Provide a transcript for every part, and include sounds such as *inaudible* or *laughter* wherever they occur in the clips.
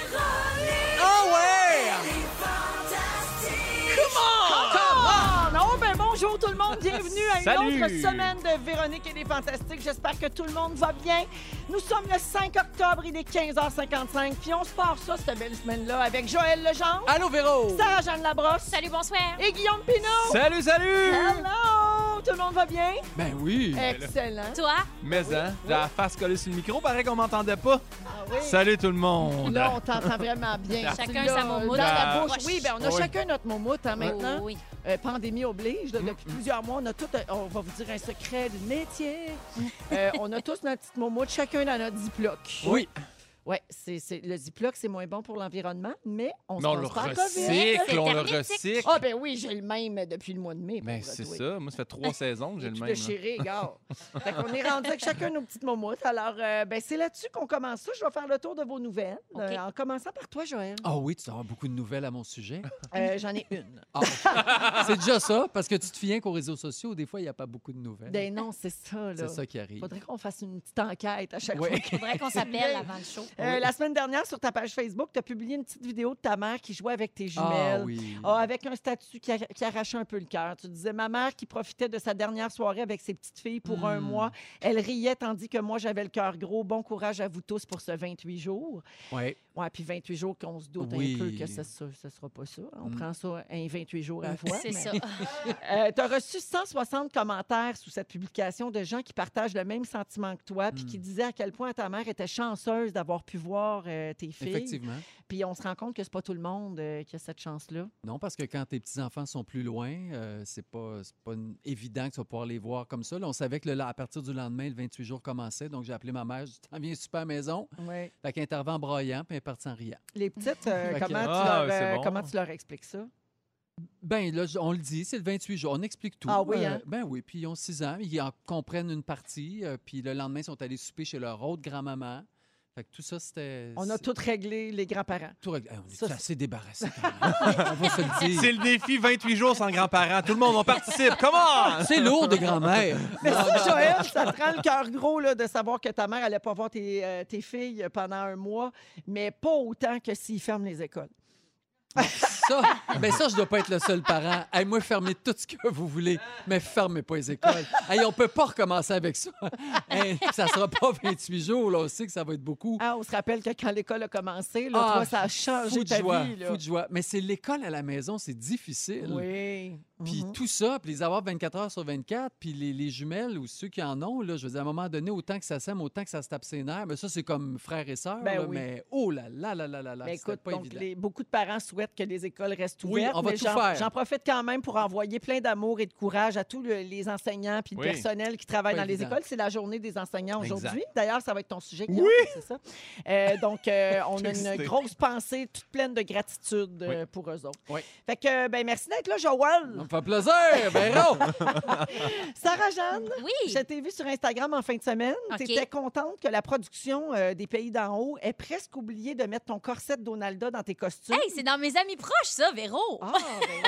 Oh ouais! Come on! Oh, ben bonjour tout le monde, bienvenue à une Salut! autre semaine de Véronique et les Fantastiques. J'espère que tout le monde va bien. Nous sommes le 5 octobre, il est 15h55, puis on se part ça, cette belle semaine-là, avec Joël Legendre, Allô, Véro! Sarah-Jeanne Labrosse. Salut, bonsoir. Et Guillaume Pinot. Salut, salut! Hello! Tout le monde va bien? Ben oui! Excellent. Toi, Mais hein, j'ai la face collée sur le micro, pareil qu'on m'entendait pas. Ah oui. Salut tout le monde! Là, on t'entend vraiment bien. Chacun Là, sa moumoute. Dans la Ah. bouche. Oui, ben on a Oui. chacun notre moumoute hein, maintenant. Oh, oui. Euh, pandémie oblige, là, Mm, depuis plusieurs mois, on a tout, un- on va vous dire un secret du métier. Mm. Euh, on a tous notre petite moumoute, chacun dans notre ziploc. Oui, Oui, c'est, c'est- le ziploc, c'est moins bon pour l'environnement, mais on mais on se le passe pas à COVID. recycle, on le hermétique. recycle. Ah ben oui, j'ai le même depuis le mois de mai. Ben pauvre c'est toi. ça, moi ça fait trois saisons que j'ai J'ai le tout même. là. déchiré, gars. *laughs* fait qu'on est rendu avec chacun nos petites moumoutes. Alors, euh, ben, c'est là-dessus qu'on commence ça. Je vais faire le tour de vos nouvelles, OK. euh, en commençant par toi, Joël. Ah oui, tu auras beaucoup de nouvelles à mon sujet. *laughs* Euh, j'en ai une. C'est déjà ça, parce que tu te fies qu'aux réseaux sociaux, des fois, il n'y a pas beaucoup de nouvelles. Ben non, c'est ça, là. C'est ça qui arrive. Faudrait qu'on fasse une petite enquête à chaque Oui. fois. faudrait qu'on s'appelle avant le show. Euh, La semaine dernière, sur ta page Facebook, tu as publié une petite vidéo de ta mère qui jouait avec tes jumelles. Ah oui. Ah, avec un statut qui, a- qui arrachait un peu le cœur. Tu disais, ma mère qui profitait de sa dernière soirée avec ses petites filles pour un Hmm. mois, elle riait tandis que moi, j'avais le cœur gros. Bon courage à vous tous pour ce 28 jours. Ouais. Ouais, puis 28 jours qu'on se doute Oui. un peu que ce ne sera pas ça. On Hmm. prend ça un 28 jours à la fois. C'est mais- *laughs* ça. Euh, T'as reçu 160 commentaires sous cette publication de gens qui partagent le même sentiment que toi, puis Mm. qui disaient à quel point ta mère était chanceuse d'avoir pu voir euh, tes filles. Effectivement. Puis on se rend compte que c'est pas tout le monde euh, qui a cette chance-là. Non, parce que quand tes petits-enfants sont plus loin, euh, c'est pas, c'est pas n- évident que tu vas pouvoir les voir comme ça. Là, on savait que le- à partir du lendemain, le 28 jours commençait, donc j'ai appelé ma mère, j'ai dit « T'en viens super à la maison? » Fait qu'elle intervient en braillant, puis elle est partie en riant. Les petites, euh, Fait que- comment, Ah, tu leur, euh, c'est bon. comment tu leur expliques ça? Ben là, je- on le dit, c'est le 28 jours. On explique tout. Ah oui, hein? ben oui, puis ils ont 6 ans, ils en comprennent une partie, euh, puis le lendemain, ils sont allés souper chez leur autre grand-maman. Fait que tout ça, c'était... On a c'est- tout réglé, les grands-parents. tout réglé. Hey, on est Ça, c'est- assez débarrassé quand même. *laughs* on va se le C'est dire. le défi 28 jours sans grands-parents. Tout le monde, on participe. Come on! C'est lourd de grand-mère. Merci, *laughs* Joël. Ça te rend le cœur gros là, de savoir que ta mère allait pas voir tes, euh, tes filles pendant un mois, mais pas autant que s'ils ferment les écoles. Ça, ben ça, je dois pas être le seul parent. Hey, moi, fermez tout ce que vous voulez, mais fermez pas les écoles. Hey, on peut pas recommencer avec ça. Hey, ça sera pas 28 jours, là, on sait que ça va être beaucoup. Ah, on se rappelle que quand l'école a commencé, là, Ah, toi, ça a changé Fou de ta joie, vie. Là. fou de joie. Mais c'est l'école à la maison, c'est difficile. Oui. Puis Mhm. tout ça, puis les avoir 24 heures sur 24, puis les, les jumelles ou ceux qui en ont, là, je veux dire, à un moment donné, autant que ça sème, autant que ça se tape ses nerfs, mais ça, c'est comme frère et sœur, Ben là, oui. mais oh là là là là là là, Ben c'était écoute, pas donc évident. les- beaucoup de parents souhaitent que les écoles restent Oui, ouvertes. on va mais tout j'en- faire. J'en profite quand même pour envoyer plein d'amour et de courage à tous le- les enseignants puis le Oui. personnel qui travaille Pas dans les évident. écoles. C'est la journée des enseignants Exact. aujourd'hui. D'ailleurs, ça va être ton sujet. Guillaume, C'est ça. Euh, donc, euh, on a une excité. grosse pensée toute pleine de gratitude euh, pour eux autres. Oui. Fait que, ben merci d'être là, Joël. Ça me fait *laughs* plaisir, ben Ah, Véro! Sarah-Jeanne, Oui. Je t'ai vu sur Instagram en fin de semaine. OK. Tu étais contente que la production euh, des pays d'en haut ait presque oublié de mettre ton corset de Donalda dans tes costumes. Hey, c'est dans mes amis proches, ça, Véro. Ah,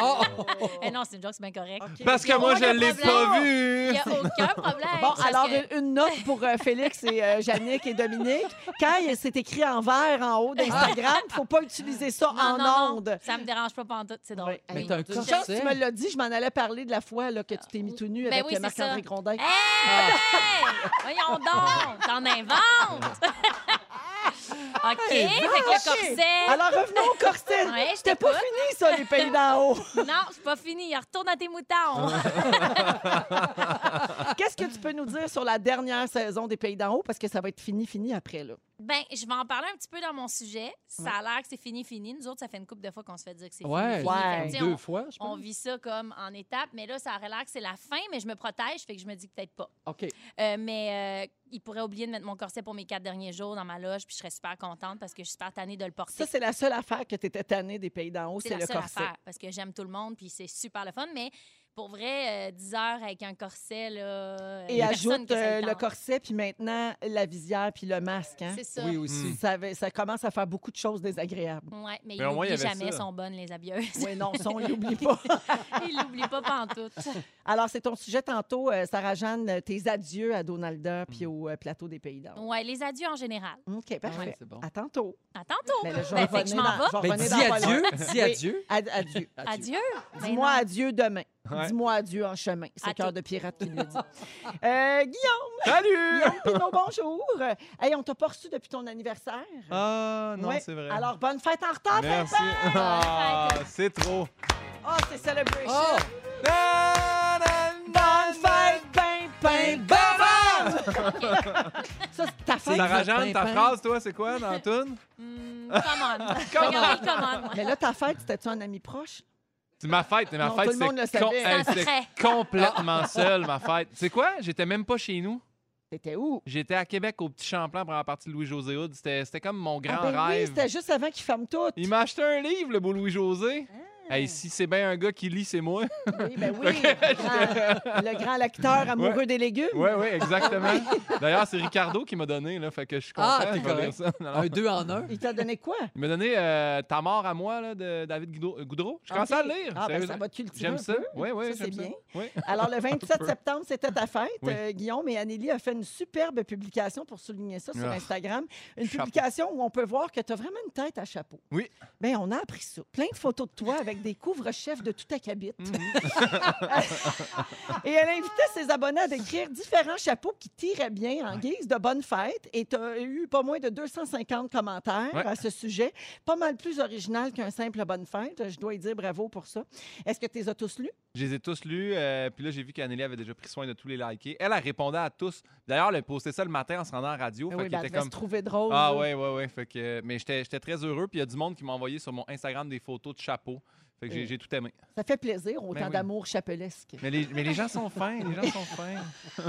Oh, *laughs* Eh non, c'est une joke, c'est bien correct. OK. Parce que Véro, moi, on a je l'ai problème. pas Il vu. *laughs* n'y a aucun problème. Bon, Parce alors que- une- une note pour euh, Félix et euh, Yannick et Dominique. Quand il- c'est écrit en vert en haut d'Instagram, il ne faut pas utiliser ça Non, en non, non, onde. Ça me dérange pas pantoute, c'est drôle. Oui. Mais t'as un hein? Une corset. chance que tu me l'as dit, je m'en allais parler de la fois là, que tu t'es mis tout nu Ben avec oui, euh, c'est Marc-André ça. Grondin. Hey! Voyons donc! T'en inventes! *laughs* OK, fait vache! que le corset... Alors revenons au corset. Ouais, je C'était pas t'écoute. fini, ça, les pays d'en haut. Non, c'est pas fini. Retourne à tes moutons. Qu'est-ce que tu peux nous dire sur la dernière saison des Pays d'en haut? Parce que ça va être fini, fini après. Là. Ben, je vais en parler un petit peu dans mon sujet. Ça a l'air que c'est fini, fini. Nous autres, ça fait une couple de fois qu'on se fait dire que c'est Ouais, fini. fini. Fait que, tu sais, deux on- fois, je on pense. vit ça comme en étapes, mais là, ça aurait l'air que c'est la fin, mais je me protège, fait que je me dis que peut-être pas. OK. Euh, mais euh, il pourrait oublier de mettre mon corset pour mes quatre derniers jours dans ma loge, puis je serais super contente parce que je suis super tannée de le porter. Ça, c'est la seule affaire que tu étais tannée des pays d'en haut, C'est c'est la le seule corset. affaire, parce que j'aime tout le monde, puis c'est super le fun, mais pour vrai, euh, 10 heures avec un corset, là. Et y a personne ajoute que ça euh, y le tente. corset, puis maintenant la visière, puis le masque. Hein? C'est ça. Oui, aussi. Ça, avait- ça commence à faire beaucoup de choses désagréables. Ouais, mais, Mais au il moins, il y n'oublie avait jamais, ça. sont bonnes, les habilleuses. Oui, non, ça, on *laughs* l'oublie pas. *laughs* il l'oublie *laughs* pas pantoute. Alors, c'est ton sujet tantôt, euh, Sarah-Jeanne, tes adieux à Mm. Donalda puis au euh, plateau des Pays d'Or. Ouais, les adieux en général. OK, parfait. Ah Ouais, c'est bon. À tantôt. À tantôt. Mais là, je Mm. Ben, vais fait que je revenir m'en dans- vais. je vais Ben, revenir dis dans pas adieu, longtemps. dis adieu. Ad- adieu. Adieu. Ben Dis-moi non. adieu demain. Ouais. Dis-moi adieu en chemin. C'est À cœur tout. de pirate qui le dit. Euh, Guillaume, Salut! Guillaume Pinot, bonjour. Hey, on t'a pas reçu depuis ton anniversaire. Ah, non, Ouais. c'est vrai. Alors, bonne fête en retard, Merci. Vincent. Ah, c'est trop. Oh, c'est celebration. Oh! Na, na, na, Bonne fête, pain, pain, na, bam! na. Ça, c'est ta fête. Sarah Pain, Jeanne, ta pain. phrase, toi, c'est quoi dans la toune? Hmm, come *laughs* on. Regardez, come on. moi. Mais là, ta fête, c'était-tu un ami proche? C'est ma fête, mais ma Non, fête, tout le monde le c'est savait. hey, Ça c'est serait. complètement seul, ma fête. C'est quoi? J'étais même pas chez nous. C'était où? J'étais à Québec au Petit Champlain pour la partie de Louis-José Hood. C'était c'était comme mon grand ah ben oui, rêve. c'était juste avant qu'ils ferment tout. Il m'a acheté un livre, le beau Louis-José. Ah. Hey, si c'est bien un gars qui lit, c'est *laughs* moi. Oui, ben *laughs* oui. le, grand, le grand lecteur amoureux des légumes. Oui, oui, exactement. Ah D'ailleurs, c'est Ricardo qui m'a donné, là, fait que je suis content. Ah, t'es qu'il m'a donné correct. ça. Non, Ah non. Un deux en un. Il t'a donné quoi? Il m'a donné euh, Ta mort à moi là, de David Guido- Goudreau. Je commence à Ok. le lire. Ah, ben, sérieusement. ça va te cultiver un J'aime ça. peu. Oui, oui, Ça, c'est j'aime ça. bien. Oui. Alors, *laughs* le 27 septembre, c'était ta fête, Oui. euh, Guillaume, et Anneli a fait une superbe publication pour souligner ça sur Ah. Instagram. Une Chapeau. publication où on peut voir que tu as vraiment une tête à chapeau. Oui. Bien, on a appris ça. Plein de photos de toi avec des couvre-chefs de tout acabit. Mhm. *laughs* et elle invitait ses abonnés à décrire différents chapeaux qui tiraient bien en guise de bonne fête. Et tu as eu pas moins de 250 commentaires Ouais. à ce sujet. Pas mal plus original qu'un simple bonne fête. Je dois y dire bravo pour ça. Est-ce que tu les as tous lus? Je les ai tous lus. euh, puis là, j'ai vu qu'Anneli avait déjà pris soin de tous les likés. Elle, elle répondait à tous. D'ailleurs, elle a posté ça le matin en se rendant à la radio. Ah fait oui, qu'il ben, elle était devait comme. se trouver drôle. Ah là. ouais, ouais, ouais. Fait que, mais j'étais j'étais très heureux. Puis il y a du monde qui m'a envoyé sur mon Instagram des photos de chapeaux. Fait que j'ai- Oui. j'ai tout aimé. Ça fait plaisir, autant Ben oui. d'amour chapelesque. Mais les, mais les gens sont fins, les gens sont *laughs* fins.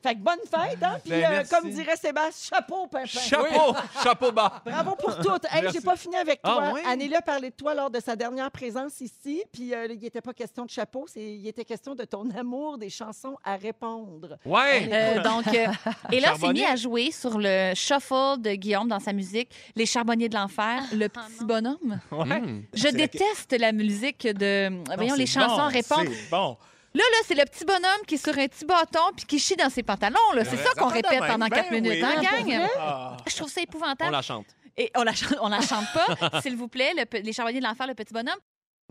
Fait que bonne fête, hein? Puis Ben, euh, merci. comme dirait Sébastien, chapeau, Pimpin. Chapeau, chapeau bas. Bravo pour tout. Hey, Merci. j'ai pas fini avec Ah, toi. ouais? Anneli a parlé de toi lors de sa dernière présence ici, puis euh, il n'était pas question de chapeau, c'est- il était question de ton amour des chansons à répondre. Ouais. Euh, donc, *laughs* euh, et là, c'est Charbonnier. mis à jouer sur le shuffle de Guillaume dans sa musique, Les Charbonniers de l'Enfer, Ah, Le Petit non. Bonhomme. Ouais. Hmm. Je déteste la musique de. voyons, les chansons à répondre. Bon. Là, là, c'est le petit bonhomme qui est sur un petit bâton puis qui chie dans ses pantalons. là. Ouais. C'est ça qu'on Euh, Ça répète de même. pendant Ben quatre oui. minutes, hein, Ah, gang? Ah. Je trouve ça On épouvantable. la chante. Et on la, chante- on la chante pas, *laughs* s'il vous plaît, le pe- Les Charbonniers de l'Enfer, Le Petit Bonhomme.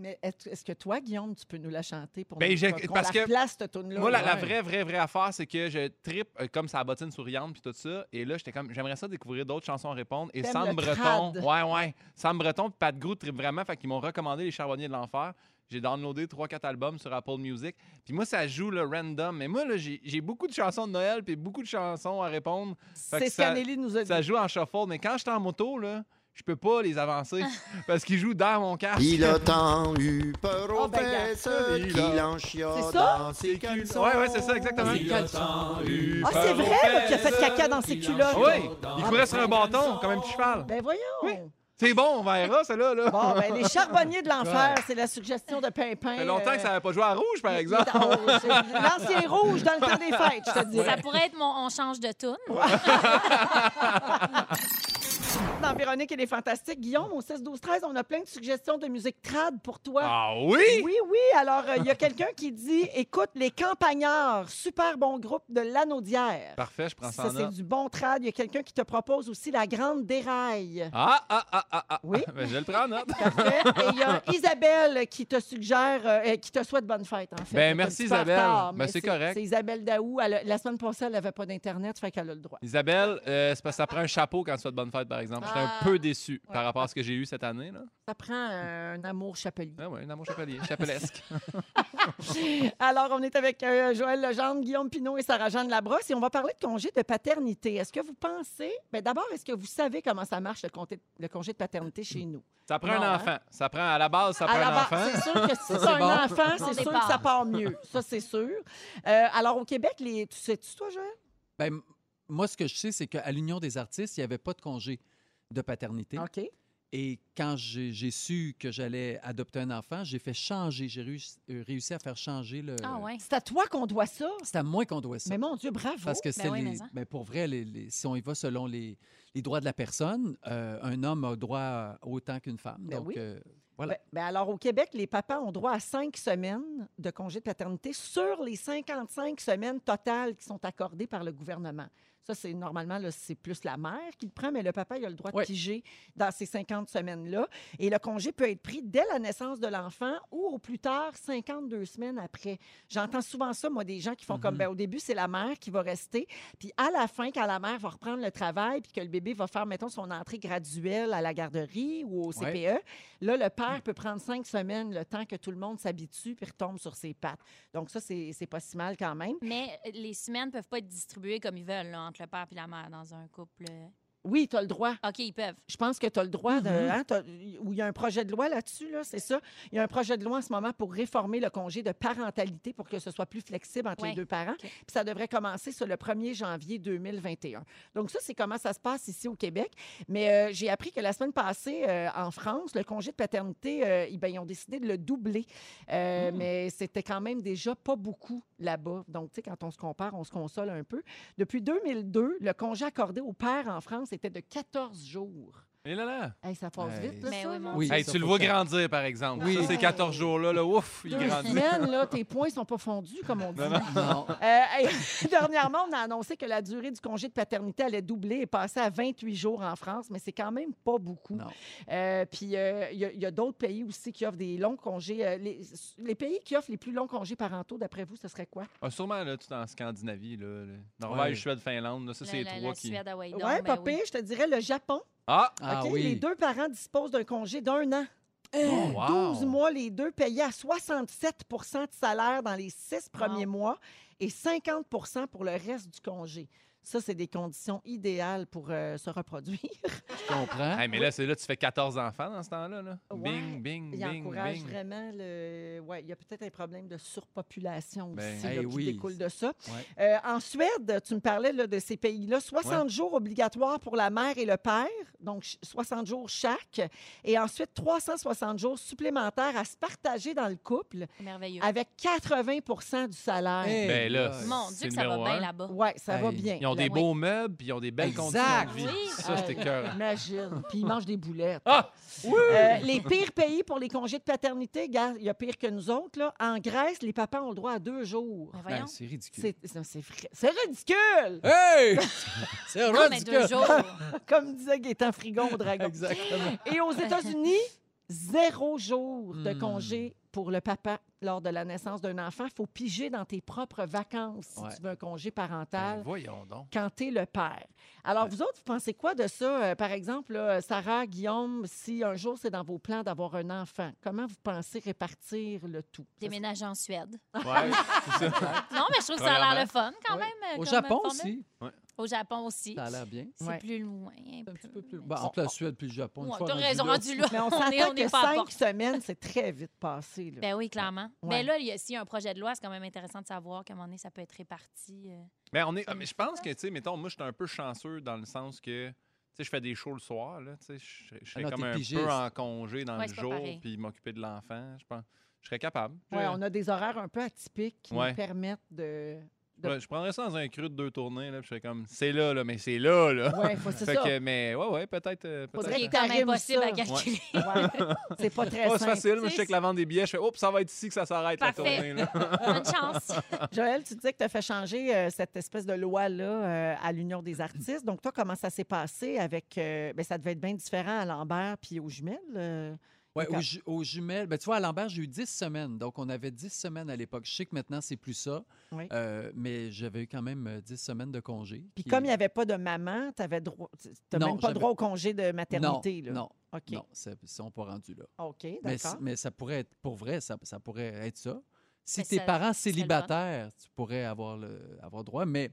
Mais est- est-ce que toi, Guillaume, tu peux nous la chanter pour Ben, nous, j'ai- qu'on parce la que place cette tune-là? Moi, la, là? la vraie, vraie, vraie affaire, c'est que je trippe euh, comme sa bottine souriante puis tout ça. Et là, j'étais comme, j'aimerais ça découvrir d'autres chansons à répondre. Et T'aimes Sam le Breton, crade. ouais, ouais. Sam Breton puis Pat Grou trippent vraiment. Fait qu'ils m'ont recommandé Les Charbonniers de l'Enfer. J'ai downloadé 3-4 albums sur Apple Music. Puis moi, ça joue le random. Mais moi, là, j'ai j'ai beaucoup de chansons de Noël puis beaucoup de chansons à répondre. Fait C'est que ce ça- qu'Anneli nous a dit. Ça joue en shuffle. Mais quand j'étais en moto, là, je peux pas les *laughs* avancer parce qu'ils jouent dans mon casque. Il a tant eu peur Oh, aux ben, regarde fesses ça, lui, qu'il là. en chiale C'est ça? dans ses caleçons. Ouais, ouais, c'est ça, exactement. Il a tant eu Ah, c'est peur vrai au là, qu'il a père, fait caca dans ses culottes. Oui, il courait sur un bâton, comme un petit cheval. Ben voyons. C'est bon, on verra, celle-là. Là. Bon, ben, les charbonniers de l'enfer, c'est la suggestion de Pimpin. Ça fait longtemps que ça euh, n'avait pas joué à rouge, par Il est en exemple. haut, c'est L'ancien rouge dans le temps des fêtes, je te dis. Ça pourrait être mon on change de tune. Dans Véronique, elle est fantastique. Guillaume, au 16 12 13 on a plein de suggestions de musique trad pour toi. Ah oui? Oui, oui. Alors, euh, il y a quelqu'un qui dit Écoute, les Campagnards, super bon groupe de l'Anaudière. Parfait, je prends ça Ça, en c'est note. du bon trad. Il y a quelqu'un qui te propose aussi la Grande Déraille. Ah, ah, ah, ah, ah, Oui. *laughs* Ben, je le prends en note. Parfait. Et *laughs* il *laughs* y a Isabelle qui te suggère, euh, euh, qui te souhaite bonne fête, en fait. Ben, Elle est un merci, petit peu en Isabelle. retard, Ben, mais c'est correct. C'est Isabelle Daou. Elle a- la semaine passée, elle n'avait pas d'Internet, fait qu'elle a le droit. Isabelle, euh, c'est parce que ça prend un chapeau quand tu fais de bonne fête, par exemple. J'étais un peu déçu Ouais. par rapport à ce que j'ai eu cette année. Là. Ça prend euh, un amour chapelier. Ah ouais, dans mon chapelier, chapelesque. *laughs* Alors, on est avec euh, Joël Legendre, Guillaume Pinot et Sarah-Jeanne Labrosse et on va parler de congé de paternité. Est-ce que vous pensez... Ben, D'abord, est-ce que vous savez comment ça marche, le, comté- le congé de paternité chez nous? Ça prend Non, un hein? enfant. Ça prend, à la base, ça prend À la un base, enfant. C'est *laughs* sûr que si Ça, t'as c'est un bon. enfant, Bon c'est sûr que départ. ça part mieux. Ça, c'est sûr. Euh, alors, au Québec, les... tu sais-tu, toi, Joël? Ben, m- moi, ce que je sais, c'est qu'à l'Union des artistes, il n'y avait pas de congé de paternité. OK. Et quand j'ai j'ai su que j'allais adopter un enfant, j'ai fait changer, j'ai réussi, euh, réussi à faire changer le... Ah ouais. C'est à toi qu'on doit ça. C'est à moi qu'on doit ça. Mais mon Dieu, bravo. Parce que c'est oui, mais les- hein? ça. ben, pour vrai, les- les- si on y va selon les, les droits de la personne, euh, un homme a droit à autant qu'une femme. Ben donc, oui. euh, voilà. Ben- ben alors, au Québec, les papas ont droit à cinq semaines de congé de paternité sur les 55 semaines totales qui sont accordées par le gouvernement. Ça, c'est normalement, là, c'est plus la mère qui le prend, mais le papa, il a le droit Ouais. de piger dans ces 50 semaines-là. Et le congé peut être pris dès la naissance de l'enfant ou au plus tard 52 semaines après. J'entends souvent ça, moi, des gens qui font comme, Mhm. ben, au début, c'est la mère qui va rester. Puis à la fin, quand la mère va reprendre le travail, puis que le bébé va faire, mettons, son entrée graduelle à la garderie ou au CPE, là, le père peut prendre cinq semaines, le temps que tout le monde s'habitue puis retombe sur ses pattes. Donc ça, c'est c'est pas si mal quand même. Mais euh, les semaines peuvent pas être distribuées comme ils veulent là, entre le père et la mère dans un couple. euh. Oui, tu as le droit. OK, ils peuvent. Je pense que tu as le droit de. Mm-hmm. hein, t'as- ou il y a un projet de loi là-dessus, là, c'est ça. Il y a un projet de loi en ce moment pour réformer le congé de parentalité pour que ce soit plus flexible entre les Ouais. deux parents. OK. Puis ça devrait commencer sur le 1er janvier 2021. Donc, ça, c'est comment ça se passe ici au Québec. Mais euh, j'ai appris que la semaine passée, euh, en France, le congé de paternité, euh, ils, ben, ils ont décidé de le doubler. Euh, Mm. Mais c'était quand même déjà pas beaucoup là-bas. Donc, tu sais, quand on se compare, on se console un peu. Depuis 2002, le congé accordé au père en France était de 14 jours. Et là, là. Hey, ça passe Hey. vite, là, Mais ça, Ben oui, là. mon Oui. Hey, ça, tu le faut vois que- grandir, par exemple. Oui. ces 14 jours-là, là, ouf, il Deux grandit. semaines, là, tes points sont pas fondus, comme on dit. *laughs* Non. Euh, hey, *laughs* dernièrement, on a annoncé que la durée du congé de paternité allait doubler et passer à 28 jours en France, mais c'est quand même pas beaucoup. Non. Euh, Puis euh, il y a- il y a, d'autres pays aussi qui offrent des longs congés. euh, les, les pays qui offrent les plus longs congés parentaux, d'après vous, ce serait quoi? Ah, sûrement, là, tout en Scandinavie, là. là. Norvège, Ouais. Suède, Finlande, là, ça, La- c'est les la- trois la qui. Suède, Hawaii, Oui, donc, ben pas oui. pire, je te dirais le Japon. Ah! Ah OK? oui. Les deux parents disposent d'un congé d'un an. Euh, Oh, wow. 12 mois, les deux payés à 67 de salaire dans les six premiers mois et 50 pour le reste du congé. Ça, c'est des conditions idéales pour euh, se reproduire. Je comprends. Hey, mais là, c'est là, tu fais 14 enfants dans ce temps-là. Là. Ouais. Bing, bing, *laughs* Il bing, encourage bing. vraiment le. Ouais, il y a peut-être un problème de surpopulation Ben, aussi là, Eh qui oui. découle de ça. Ouais. Euh, en Suède, tu me parlais là, de ces pays-là, 60 jours obligatoires pour la mère et le père, donc ch- 60 jours chaque, et ensuite 360 jours supplémentaires à se partager dans le couple. Merveilleux. avec 80 du salaire. Hey, Ben là, boy. Mon c'est Dieu, que ça va numéro un. bien là-bas. Ouais, ça va Hey, bien. Ils ont là. des beaux meubles, puis ils ont des belles conditions Exact. de vie. Oui. Ça, c'est Hey, écœurant. *laughs* Imagine. Puis ils mangent des boulettes. Ah! Euh, les pires pays pour les congés de paternité, gars, il y a pire que nous autres. Là. En Grèce, les papas ont le droit à deux jours. Ben Ben, voyons. c'est ridicule. C'est c'est- c'est fri- c'est ridicule! Ah! *laughs* Hey! *laughs* c'est Non, mais deux ridicule. jours. *laughs* *laughs* Comme disait Gaétan Frigon au Dragon. Exactement. Et aux États-Unis, zéro jour de Hmm. congé pour le papa lors de la naissance d'un enfant. Il faut piger dans tes propres vacances si Ouais. tu veux un congé Ben, parental. voyons donc. quand t'es le père. Alors, vous autres, vous pensez quoi de ça? Euh, par exemple, là, Sarah, Guillaume, si un jour c'est dans vos plans d'avoir un enfant, comment vous pensez répartir le tout? Déménager en Suède. Ouais, c'est ça. Non, mais je trouve que ça a l'air le fun quand Ouais. même. euh, Au comme Japon formule. aussi, Au Japon aussi. ça a l'air bien. C'est Ouais. plus loin. Un petit peu plus. mais Bon, c'est- entre la Suède puis le Japon. une Ouais, fois T'as rendu raison, là. rendu là. *laughs* *laughs* Mais on est- s'entend est que pas à la cinq porte. semaines, c'est très vite passé. là. Ben oui, clairement. Ouais. Ben là, il y a- s'il y a un projet de loi, c'est quand même intéressant de savoir comment un moment donné, ça peut être réparti. euh. Mais on est. ah, Mais je pense que, tu sais, mettons, moi, je suis un peu chanceux dans le sens que. Tu sais, je fais des shows le soir, là. Tu sais, je je Ah serais non, comme t'es un pigiste. peu en congé dans Ouais, le c'est pas jour, pareil. puis m'occuper de l'enfant. Je pense. Je serais capable. Ouais, Je- on a des horaires un peu atypiques qui Ouais. *laughs* nous permettent de de- Ouais, je prendrais ça dans un cru de deux tournées, là, puis je serais comme, c'est là, là, mais c'est là, là. Ouais, faut- c'est Fait ça. que, mais ouais, ouais, peut-être. euh, Faudrait peut-être, qui est hein. comme t'arrimes impossible ça. à calculer. Ouais. C'est pas très Oh, c'est simple. facile, mais je Tu sais, check la vente des billets, je fais, oups, ça va être ici que ça s'arrête la Parfait. tournée. là. Bonne *laughs* chance. Joël, tu disais que tu as fait changer euh, cette espèce de loi-là euh, à l'Union des artistes. Donc, toi, comment ça s'est passé avec. euh, ben, ça devait être bien différent à Lambert puis aux jumelles. euh. Ouais, quand- aux, ju- aux jumelles. Ben, tu vois, à Lambert, j'ai eu 10 semaines. Donc, on avait 10 semaines à l'époque. Je sais que maintenant, c'est plus ça. Oui. Euh, mais j'avais eu quand même euh, 10 semaines de congé. Puis, comme il n'y avait pas de maman, tu n'avais droit... t'as Non, même pas j'avais- droit au congé de maternité. Non, là. non, OK. non. Ça, ça, on n'est pas rendu là. OK, Mais, c- d'accord. mais ça pourrait être, pour vrai, ça, ça pourrait être ça. Si Mais tes ça- parents serait le fun. célibataires, tu pourrais avoir, le, avoir droit. Mais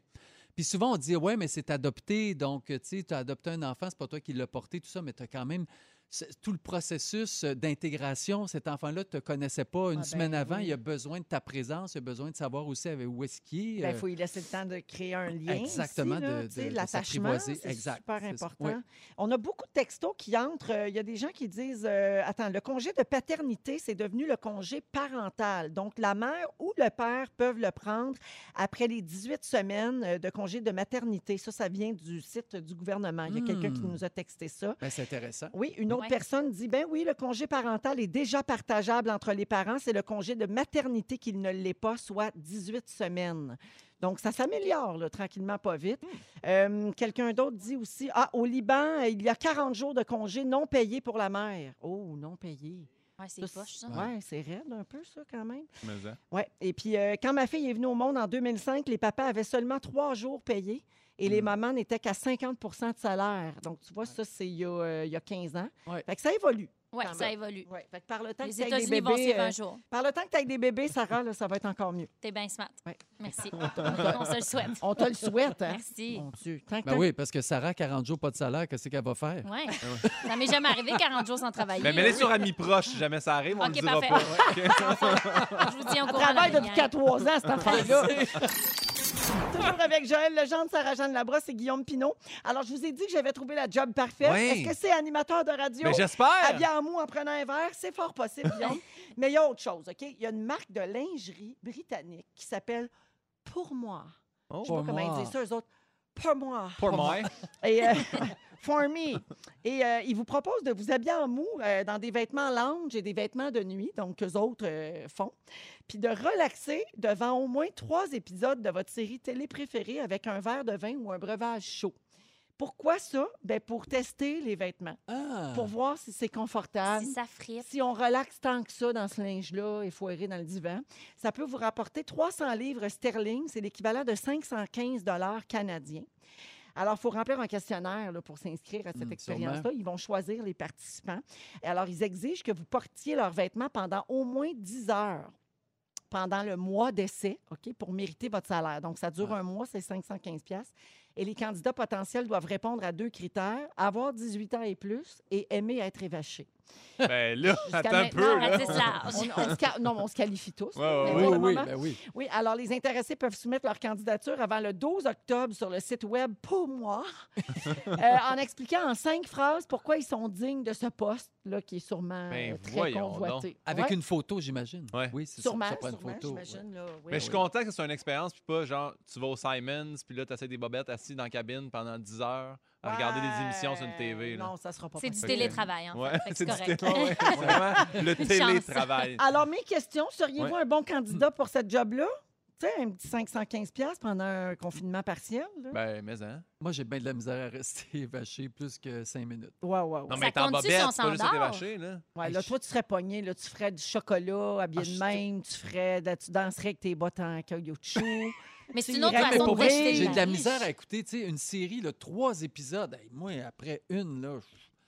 puis souvent, on dit, ouais, mais c'est adopté. Donc, euh, tu sais, tu as adopté un enfant, c'est pas toi qui l'as porté, tout ça, mais tu as quand même ce- tout le processus euh, d'intégration. Cet enfant-là ne te connaissait pas une ben semaine avant. oui. Il a besoin de ta présence, il a besoin de savoir aussi avec où est-ce qu'il est. Il euh, Ben, faut lui laisser le temps de créer un lien. Exactement, aussi, là, de- tu sais, de- de L'attachement, s'apprivoiser. c'est Exact, super c'est ça. important. Oui. On a beaucoup de textos qui entrent. Euh, Il y a des gens qui disent euh, Attends, le congé de paternité, c'est devenu le congé parental. Donc, la mère ou le père peuvent le prendre après les 18 semaines euh, de congé de maternité. Ça, ça vient du site du gouvernement. Il y a quelqu'un qui Hmm. nous a texté ça. ben, c'est intéressant. Oui, une autre Ouais. personne dit ben oui, le congé parental est déjà partageable entre les parents, c'est le congé de maternité qu'il ne l'est pas, soit 18 semaines. Donc, ça s'améliore là, tranquillement, pas vite. Hmm. Euh, Quelqu'un d'autre dit aussi Ah, au Liban, il y a 40 jours de congé non payés pour la mère. Oh, non payés. Ouais, c'est poche, ça. Oui, ouais, c'est raide un peu, ça, quand même. Mais, hein. Oui. Et puis, euh, quand ma fille est venue au monde en 2005, les papas avaient seulement trois jours payés et les mamans n'étaient qu'à 50 de salaire. Donc, tu vois, ça, c'est il, y a, euh, il y a 15 ans. Ouais. Fait que ça évolue. Ouais, Quand ça même. évolue. Ouais. Fait que par le temps que Les tu des États-Unis bébés, vont suivre euh, un jour. par le temps que tu des bébés, Sarah, là, ça va être encore mieux. T'es bien smart. Ouais. *laughs* Merci. On se le souhaite. On te le souhaite. *laughs* Hein? Merci. Mon Dieu. Tant que Ben oui, parce que Sarah, 40 jours, pas de salaire, qu'est-ce qu'elle va faire? Ouais. Ah Ça m'est jamais arrivé 40 jours sans travailler. mais mets-les là. Ben, sur amis proches, si jamais ça arrive, on Ok, ne le dira parfait. pas. Ok. Je vous dis au courant. travaille la depuis gang. 4-3 ans, cette *laughs* affaire-là. Toujours avec Joël Legendre, Sarah-Jeanne Labrosse et Guillaume Pinot. Alors, je vous ai dit que j'avais trouvé la job parfaite. Oui. Est-ce que c'est animateur de radio? Ben, Mais j'espère! Habillé en mou en prenant un verre, c'est fort possible, Guillaume. Mais il y a autre chose, OK? Il y a une marque de lingerie britannique qui s'appelle Pour moi. Oh. Je sais pas Pour comment moi. ils disent ça, eux autres. Pour moi. Pour moi. Et, euh, *laughs* for me. Et euh, ils vous proposent de vous habiller en mou euh, dans des vêtements lounge et des vêtements de nuit, donc qu'eux autres euh, font, puis de relaxer devant au moins trois épisodes de votre série télé préférée avec un verre de vin ou un breuvage chaud. Pourquoi ça? Ben pour tester les vêtements, Ah! pour voir si c'est confortable. Si ça fripe. Si on relaxe tant que ça dans ce linge-là et foiré dans le divan, ça peut vous rapporter 300 livres sterling, c'est l'équivalent de 515 dollars canadiens. Alors, il faut remplir un questionnaire là, pour s'inscrire à cette Mm, expérience-là. Ils vont choisir les participants. Et alors, ils exigent que vous portiez leurs vêtements pendant au moins 10 heures pendant le mois d'essai, OK, pour mériter votre salaire. Donc, ça dure Ouais. un mois, c'est 515 pièces. Et les candidats potentiels doivent répondre à deux critères, avoir 18 ans et plus et aimer être évachés. *laughs* ben là, attends un peu. Non, Là. ratisse large. On- on se ca- non, mais on se qualifie tous. Ouais, ouais, mais oui, ouais. pour le oui, moment- ben oui. oui, alors les intéressés peuvent soumettre leur candidature avant le 12 octobre sur le site web *laughs* Pour moi, euh, en expliquant en cinq phrases pourquoi ils sont dignes de ce poste là qui est sûrement Ben, euh, très voyons convoité. Avec Ouais, une photo, j'imagine. Ouais. Oui, c'est sûrement, ça. ça prend sûrement, une photo. ouais. j'imagine là, oui, Mais je suis oui. content que c'est une expérience, puis pas genre, tu vas au Simons, puis là, tu des bobettes assis dans la cabine pendant 10 heures à regarder des émissions sur une TV. Là. Non, ça sera pas C'est du possible. Fait que- télétravail, en Ouais, fait. Fait que *laughs* c'est C'est du correct. télé- ouais, vraiment, le télétravail. *laughs* Alors, mes questions, seriez-vous Ouais. un bon candidat pour cette job-là? Tu sais, un petit 515 pièces pendant un confinement partiel. Là. Ben, mais hein. Moi, j'ai bien de la misère à rester *laughs* vaché plus que cinq minutes. ouais, ouais, ouais. Non, Ça mais t'es en compte-tu bobette, si on c'est pas juste été s'endort? vaché, là. Ouais, Hey, là, je- toi, tu serais pogné, là, tu ferais du chocolat habillé Ah, de je- même, tu ferais, de- tu danserais avec tes bottes en caoutchouc. Mais c'est Tu une autre irais, mais façon de pour vrai, rejeter le J'ai de la linge. misère à écouter, tu sais, une série, là, trois épisodes. Hey, moi, après une, là, je-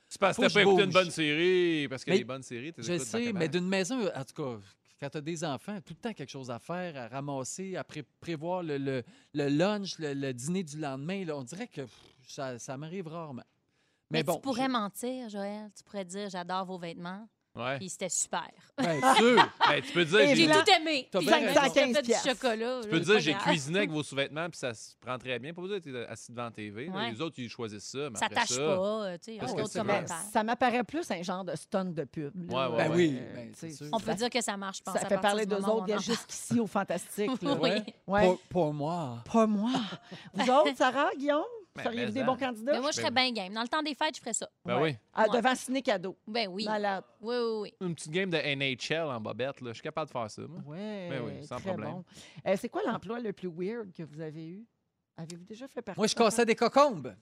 C'est parce que t'as Faut que pas je écouté une bouge. bonne série, parce que Mais- les bonnes séries, t'es je sais, mais d'une maison, en tout cas, quand t'as des enfants, tout le temps quelque chose à faire, à ramasser, à pré- prévoir le, le- le lunch, le, le dîner du lendemain. là, on dirait que pff, ça, ça m'arrive rarement. Mais, bon, tu pourrais je- mentir, Joël. Tu pourrais dire j'adore vos vêtements. *laughs* Ouais. Puis c'était super. Ben, Sûr. Ben, tu peux dire, Et j'ai- J'ai blanc. tout aimé. T'as Puis bien j'ai raison. fait du 15 chocolat. tu peux dire, j'ai cuisiné *laughs* avec vos sous-vêtements, puis ça se prend très bien. Pas besoin d'être euh, assis devant la TV. là. Ouais. Les autres, ils choisissent ça. Mais Ça après tâche ben, ça, pas, euh, tu sais, *laughs* Parce entre que autres c'est vrai. commentaires. Ça m'apparaît plus un genre de stun de pub. là. Ouais, ouais, Ben ouais. oui, Euh, ben, c'est tu sais, sûr. On peut dire que ça marche, je pense. Ça à fait partir parler du d'eux moment où autres, on bien en jusqu'ici au *laughs* Fantastique. là. *laughs* Oui. Ouais. Pour, pour moi. Pas moi. Vous autres, Sarah, Guillaume, Ben, seriez-vous mais des en. bons Mais candidats? moi, je serais bien game. Dans le temps des fêtes, je ferais ça. Ben Ouais. Ah, devant Ciné Cadeau. Ben oui. Malade. Oui, oui, oui. oui. Une petite game de NHL en bobette, là. Je suis capable de faire ça, moi. Ouais, Ben oui, sans très problème. bon. Euh, c'est quoi l'emploi le plus weird que vous avez eu? Avez-vous déjà fait partie? Moi, je cassais des cocombes.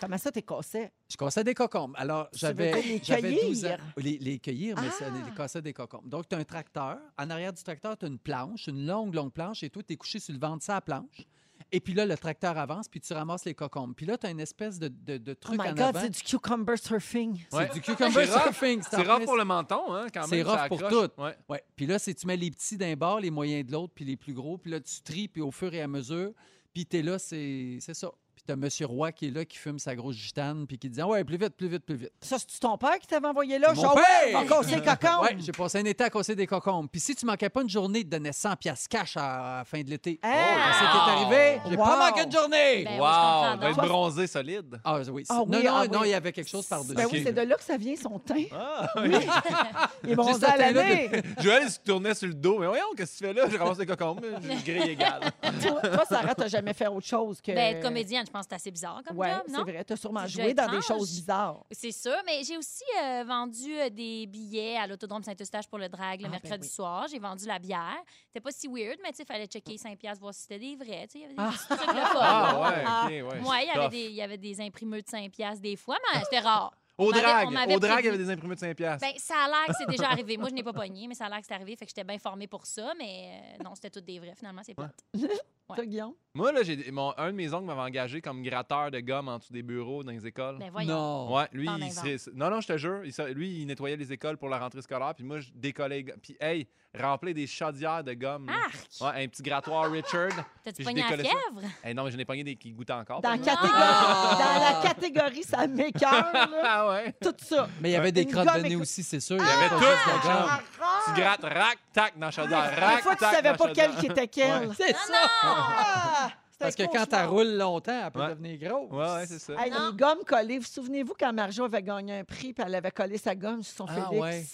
Comment ça, t'es cassé? Je cassais des cocombes. Alors, veux dire j'avais les j'avais 12 ans. cueillir? Les, les cueillir, mais ça, Ah! les cassais des cocombes. Donc, tu as un tracteur. En arrière du tracteur, tu as une planche, une longue, longue planche, et toi, tu es couché sur le ventre de sa planche. Et puis là, le tracteur avance, puis tu ramasses les cocombes. Puis là, tu as une espèce de, de- de Oh truc my en God, avant. c'est du cucumber surfing. C'est Ouais. *laughs* du cucumber C'est rough. surfing. C'est rare pour le menton, hein, quand même. C'est ça rough pour accroche. tout. Ouais. Ouais. Puis là, c'est tu mets les petits d'un bord, les moyens de l'autre, puis les plus gros, puis là, tu tries, puis au fur et à mesure, puis t'es là, c'est c'est ça. Puis t'as M. Roy qui est là, qui fume sa grosse gitane, puis qui dit Ah Ouais, plus vite, plus vite, plus vite. Ça, c'est-tu ton père qui t'avait envoyé là? Mon Genre, ouais, père! va casser *laughs* le cocon. Ouais, j'ai passé un été à casser des cocombes. Puis si tu manquais pas une journée, ils te donnais 100 piastres cash à la fin de l'été. Hey! Oh, Quand c'était arrivé, j'ai Ah! Wow! pas manqué une journée! Ben oui, je comprends wow, donc. va être bronzé solide. Ah oui, Ah non, oui, non, ah non, oui. il y avait quelque chose par-dessus. Ben oui, Ok. c'est de là que ça vient son *laughs* teint. *laughs* Ah, Il est bronzé Juste à ce teint-là l'année. Joël se tournait sur le dos. Mais voyons, qu'est-ce que tu fais là? Je ramasse des cocombes. Je *laughs* grille égal. *laughs* toi, toi, Sarah, t'as jamais fait autre chose que. Ben, être comédienne, je pense que c'est assez bizarre comme Ouais, job, c'est non? vrai. T'as sûrement C'est joué déjà dans des étrange. choses bizarres. C'est sûr, mais j'ai aussi euh, vendu euh, des billets à l'autodrome Saint-Eustache pour le drag le Ah, ben mercredi oui. soir. J'ai vendu la bière. C'était pas si weird, mais tu sais, fallait checker 5 piastres, voir si c'était des vrais. Tu sais, il y avait des petits trucs le fun. Ah, ouais, ok, ouais. Ouais, il y avait Tough. des- il y avait des imprimés de 5 piastres des fois, mais c'était rare. Au on m'avait- drag, on m'avait au drag, il y prévenu. avait des imprimés de 5 piastres. Ben, ça a l'air que c'est déjà arrivé. Moi, je n'ai pas pogné, mais ça a l'air que c'est arrivé. Fait que j'étais bien formée pour ça, mais euh, non, c'était toutes des vrais. Finalement, c'est plate. Ouais. Toi, Guillaume? Moi, là, j'ai, mon, un de mes oncles m'avait engagé comme gratteur de gomme en dessous des bureaux dans les écoles. Ben, voyons. Oh, Non. ouais, lui, t'en il inventes. serait- non, non, je te jure, il serait- lui, il nettoyait les écoles pour la rentrée scolaire, puis moi, je décollais. les go- Puis, hey, remplir des chaudières de gomme. là. Arc! Ah! Ouais, un petit grattoir Richard. T'as-tu Puis je pogné la décollais ça. fièvre? Hey, non, mais je n'ai pogné des qui goûtaient encore. Dans, par exemple. catégorie- Ah! dans la catégorie, ça m'écœure, là. Ah ouais. Tout ça. Mais il y avait des Une Ah, crottes gomme de nez éco- aussi, c'est sûr. Ah! Il y avait pas tout, juste la mon gomme. chum. Tu grattes, rac, tac, dans la chaudière, Des rac, fois, tu tac, savais dans pas la quel chaudière. qui était quel. Ouais. C'est ça! Ah! C'est Parce un que quand cauchemar. elle roule longtemps, elle peut Ouais. devenir grosse. Ouais, ouais, c'est ça. Hey, Non. les gommes collées. Vous souvenez-vous quand Marjo avait gagné un prix puis elle avait collé sa gomme sur son Ah, Félix? ouais.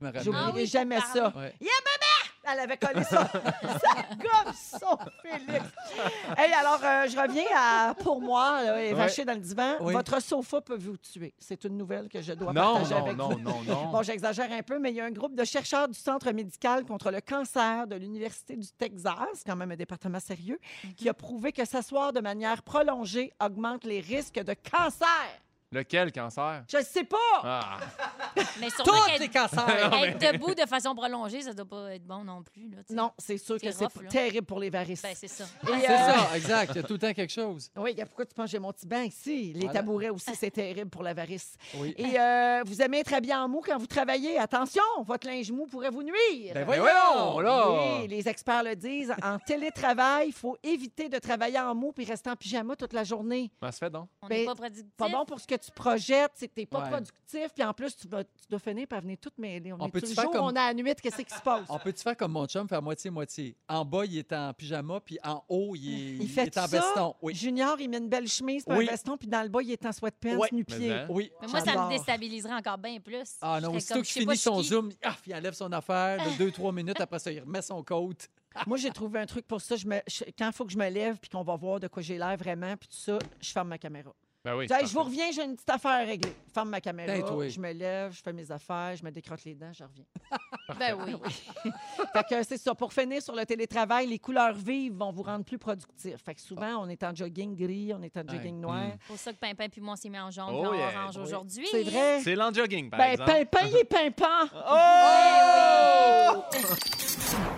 Je me J'oublierai rappelle. Ah oui, jamais tu ça. Ouais. Elle avait collé son- *laughs* sa gomme sur son Félix. Hey, alors, euh, je reviens à pour moi, là, et Ouais. vaché dans le divan. Oui. Votre sofa peut vous tuer. C'est une nouvelle que je dois Non, partager non, avec vous. non, non, non. Bon, j'exagère un peu, mais il y a un groupe de chercheurs du Centre médical contre le cancer de l'Université du Texas, quand même un département sérieux, Mhm. qui a prouvé que s'asseoir de manière prolongée augmente les risques de cancer. Lequel cancer? Je ne sais pas! Ah. Mais sûrement Tous qu'être- *laughs* les cancers! Être debout de façon prolongée, ça doit pas être bon non plus. Là, tu sais. Non, c'est sûr C'est que c'est rough, là. terrible pour les varices. Ben, c'est ça. Et, C'est euh, ça, exact. Il y a tout le temps quelque chose. Oui, y a pourquoi tu penses que j'ai mon petit bain ici? Les Voilà. tabourets aussi, *laughs* c'est terrible pour l'avarice. Oui. Et euh, vous aimez être habillé en mou quand vous travaillez. Attention, votre linge mou pourrait vous nuire. Ben Mais voyons, voyons, là! Oui, les experts le disent. En télétravail, il faut éviter de travailler en mou puis rester en pyjama toute la journée. Ben, ça fait donc. On Ben, n'est pas productif. Pas bon pour ce que tu projettes, c'est que t'es pas Ouais. productif, puis en plus, tu, vas, tu dois finir par venir tout mêler. On, On est peut-tu le faire jour, comme- on a la nuit, qu'est-ce qui se passe? On peut-tu faire comme mon chum, faire moitié-moitié? En bas, il est en pyjama, puis en haut, il est, Il fait est en tout ça? veston. Oui. Junior, il met une belle chemise, puis Oui. un veston, puis dans le bas, il est en sweatpants, Ouais. nu-pied. Mais, hein? Oui. Mais moi, ça J'adore. me déstabiliserait encore bien plus. Ah non, Je serais aussitôt comme, qu'il je sais pas, finit je son suis qui. zoom, ah, il enlève son affaire de deux, trois minutes. Après ça, il remet son coat. Moi, j'ai trouvé un truc pour ça. Je me, je- quand il faut que je me lève puis qu'on va voir de quoi j'ai l'air vraiment, puis tout ça, je ferme ma caméra. Ben oui. Je, dis, Hey, je parfait. vous reviens, j'ai une petite affaire à régler. Je ferme ma caméra, Ben, toi. je me lève, je fais mes affaires, je me décrotte les dents, je reviens. *laughs* Ben oui. fait que c'est ça. Pour finir sur le télétravail, les couleurs vives vont vous rendre plus productif. Fait que souvent, on est en jogging gris, on est en jogging Ah. Ouais. noir. C'est pour ça que Pimpin puis moi, on s'est mis en jaune Oh, puis en yeah. orange Oui. aujourd'hui. C'est vrai. C'est l'en-jogging, par Ben, exemple. pimpin, il est pimpant. Oh!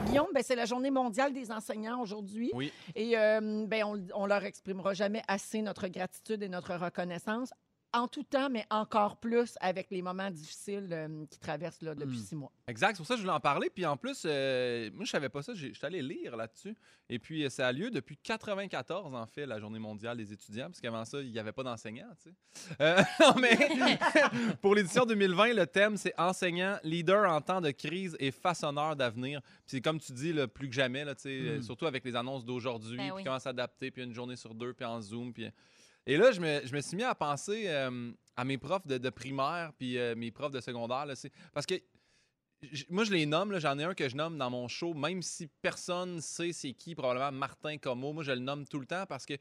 Guillaume, ben, c'est la journée mondiale des enseignants aujourd'hui. Oui. Et euh, ben, on, on leur exprimera jamais assez notre gratitude et notre reconnaissance. en tout temps, mais encore plus avec les moments difficiles euh, qu'ils traversent là, depuis Mm. Hmm. six mois. Exact, c'est pour ça que je voulais en parler. Puis en plus, euh, moi, je savais pas ça. J'ai- Je suis allé lire là-dessus. Et puis, euh, ça a lieu depuis 94, en fait, la Journée mondiale des étudiants, parce qu'avant ça, il n'y avait pas d'enseignants, tu sais. Euh, *laughs* non, mais pour l'édition 2020, le thème, c'est Enseignant, leader en temps de crise et façonneur d'avenir. Puis c'est comme tu dis, là, plus que jamais, là, tu sais, euh, Mm. surtout avec les annonces d'aujourd'hui, Ben puis oui. comment s'adapter, puis une journée sur deux, puis en Zoom, puis... Et là, je me, je me suis mis à penser euh, à mes profs de, de primaire, puis euh, mes profs de secondaire. Là, c'est- parce que j- moi, je les nomme. là, J'en ai un que je nomme dans mon show, même si personne sait c'est qui, probablement Martin Como. Moi, je le nomme tout le temps parce que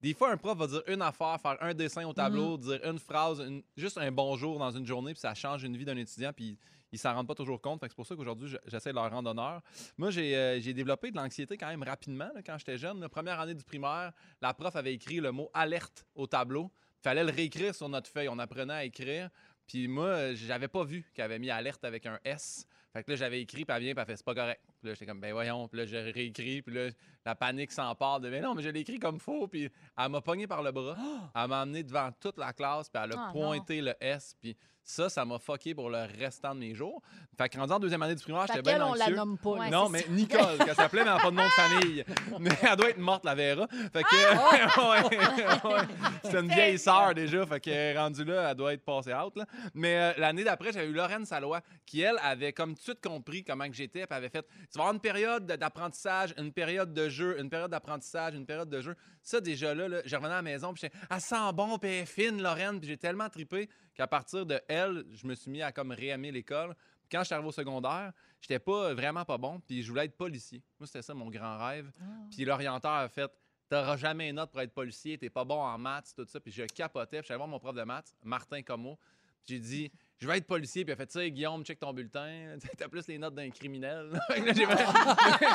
des fois, un prof va dire une affaire, faire un dessin au tableau, dire une phrase, une- juste un bonjour dans une journée, puis ça change une vie d'un étudiant, puis ils s'en rendent pas toujours compte. Fait que C'est pour ça qu'aujourd'hui, je- j'essaie de leur rendre honneur. Moi, j'ai euh, j'ai développé de l'anxiété quand même rapidement là, quand j'étais jeune. La première année du primaire, la prof avait écrit le mot alerte au tableau. fallait le réécrire sur notre feuille. On apprenait à écrire. Puis moi, euh, j'avais pas vu qu'elle avait mis alerte avec un S. Fait que là, j'avais écrit, puis elle vient, puis elle fait c'est pas correct. Puis là, j'étais comme, ben voyons. Puis là, j'ai réécrit, puis là, la panique s'empare de, mais non, mais je l'ai écrit comme faux. Puis elle m'a pogné par le bras. Elle m'a amené devant toute la classe, puis elle a Ah, pointé le S. Puis ça, ça m'a fucké pour le restant de mes jours. Fait que rendu en deuxième année du primaire, Fait j'étais qu'elle, bien on la anxieux. nomme pas. là. Ouais. Non, c'est mais Nicole, qu'elle s'appelait, mais elle n'a pas de nom de *laughs* famille. Mais elle doit être morte, la Vera. Fait que. Ah! *laughs* Ouais, ouais. C'est une vieille sœur déjà. Fait que rendue là, elle doit être passée out. Là. Mais euh, l'année d'après, j'avais eu Lorraine Salois, qui, elle, avait comme tout de suite compris comment que j'étais. Puis avait fait Tu vas avoir une période de- d'apprentissage, une période de jeu, une période d'apprentissage, une période de jeu. Ça, déjà là, là, je revenais à la maison. Puis j'étais Elle sent bon, puis elle est fine, Lorraine. Puis j'ai tellement trippé qu'à partir de elle, je me suis mis à comme réaimer l'école. Quand je suis arrivé au secondaire, j'étais pas euh, vraiment pas bon, puis je voulais être policier. Moi, c'était ça mon grand rêve. Puis l'orienteur a fait T'auras jamais une note pour être policier, t'es pas bon en maths, tout ça. Puis je capotais, puis j'allais voir mon prof de maths, Martin Como. Puis j'ai dit Je vais être policier, puis il a fait Tu sais, Guillaume, check ton bulletin, *laughs* t'as plus les notes d'un criminel. *laughs* Fait que là, j'ai fait,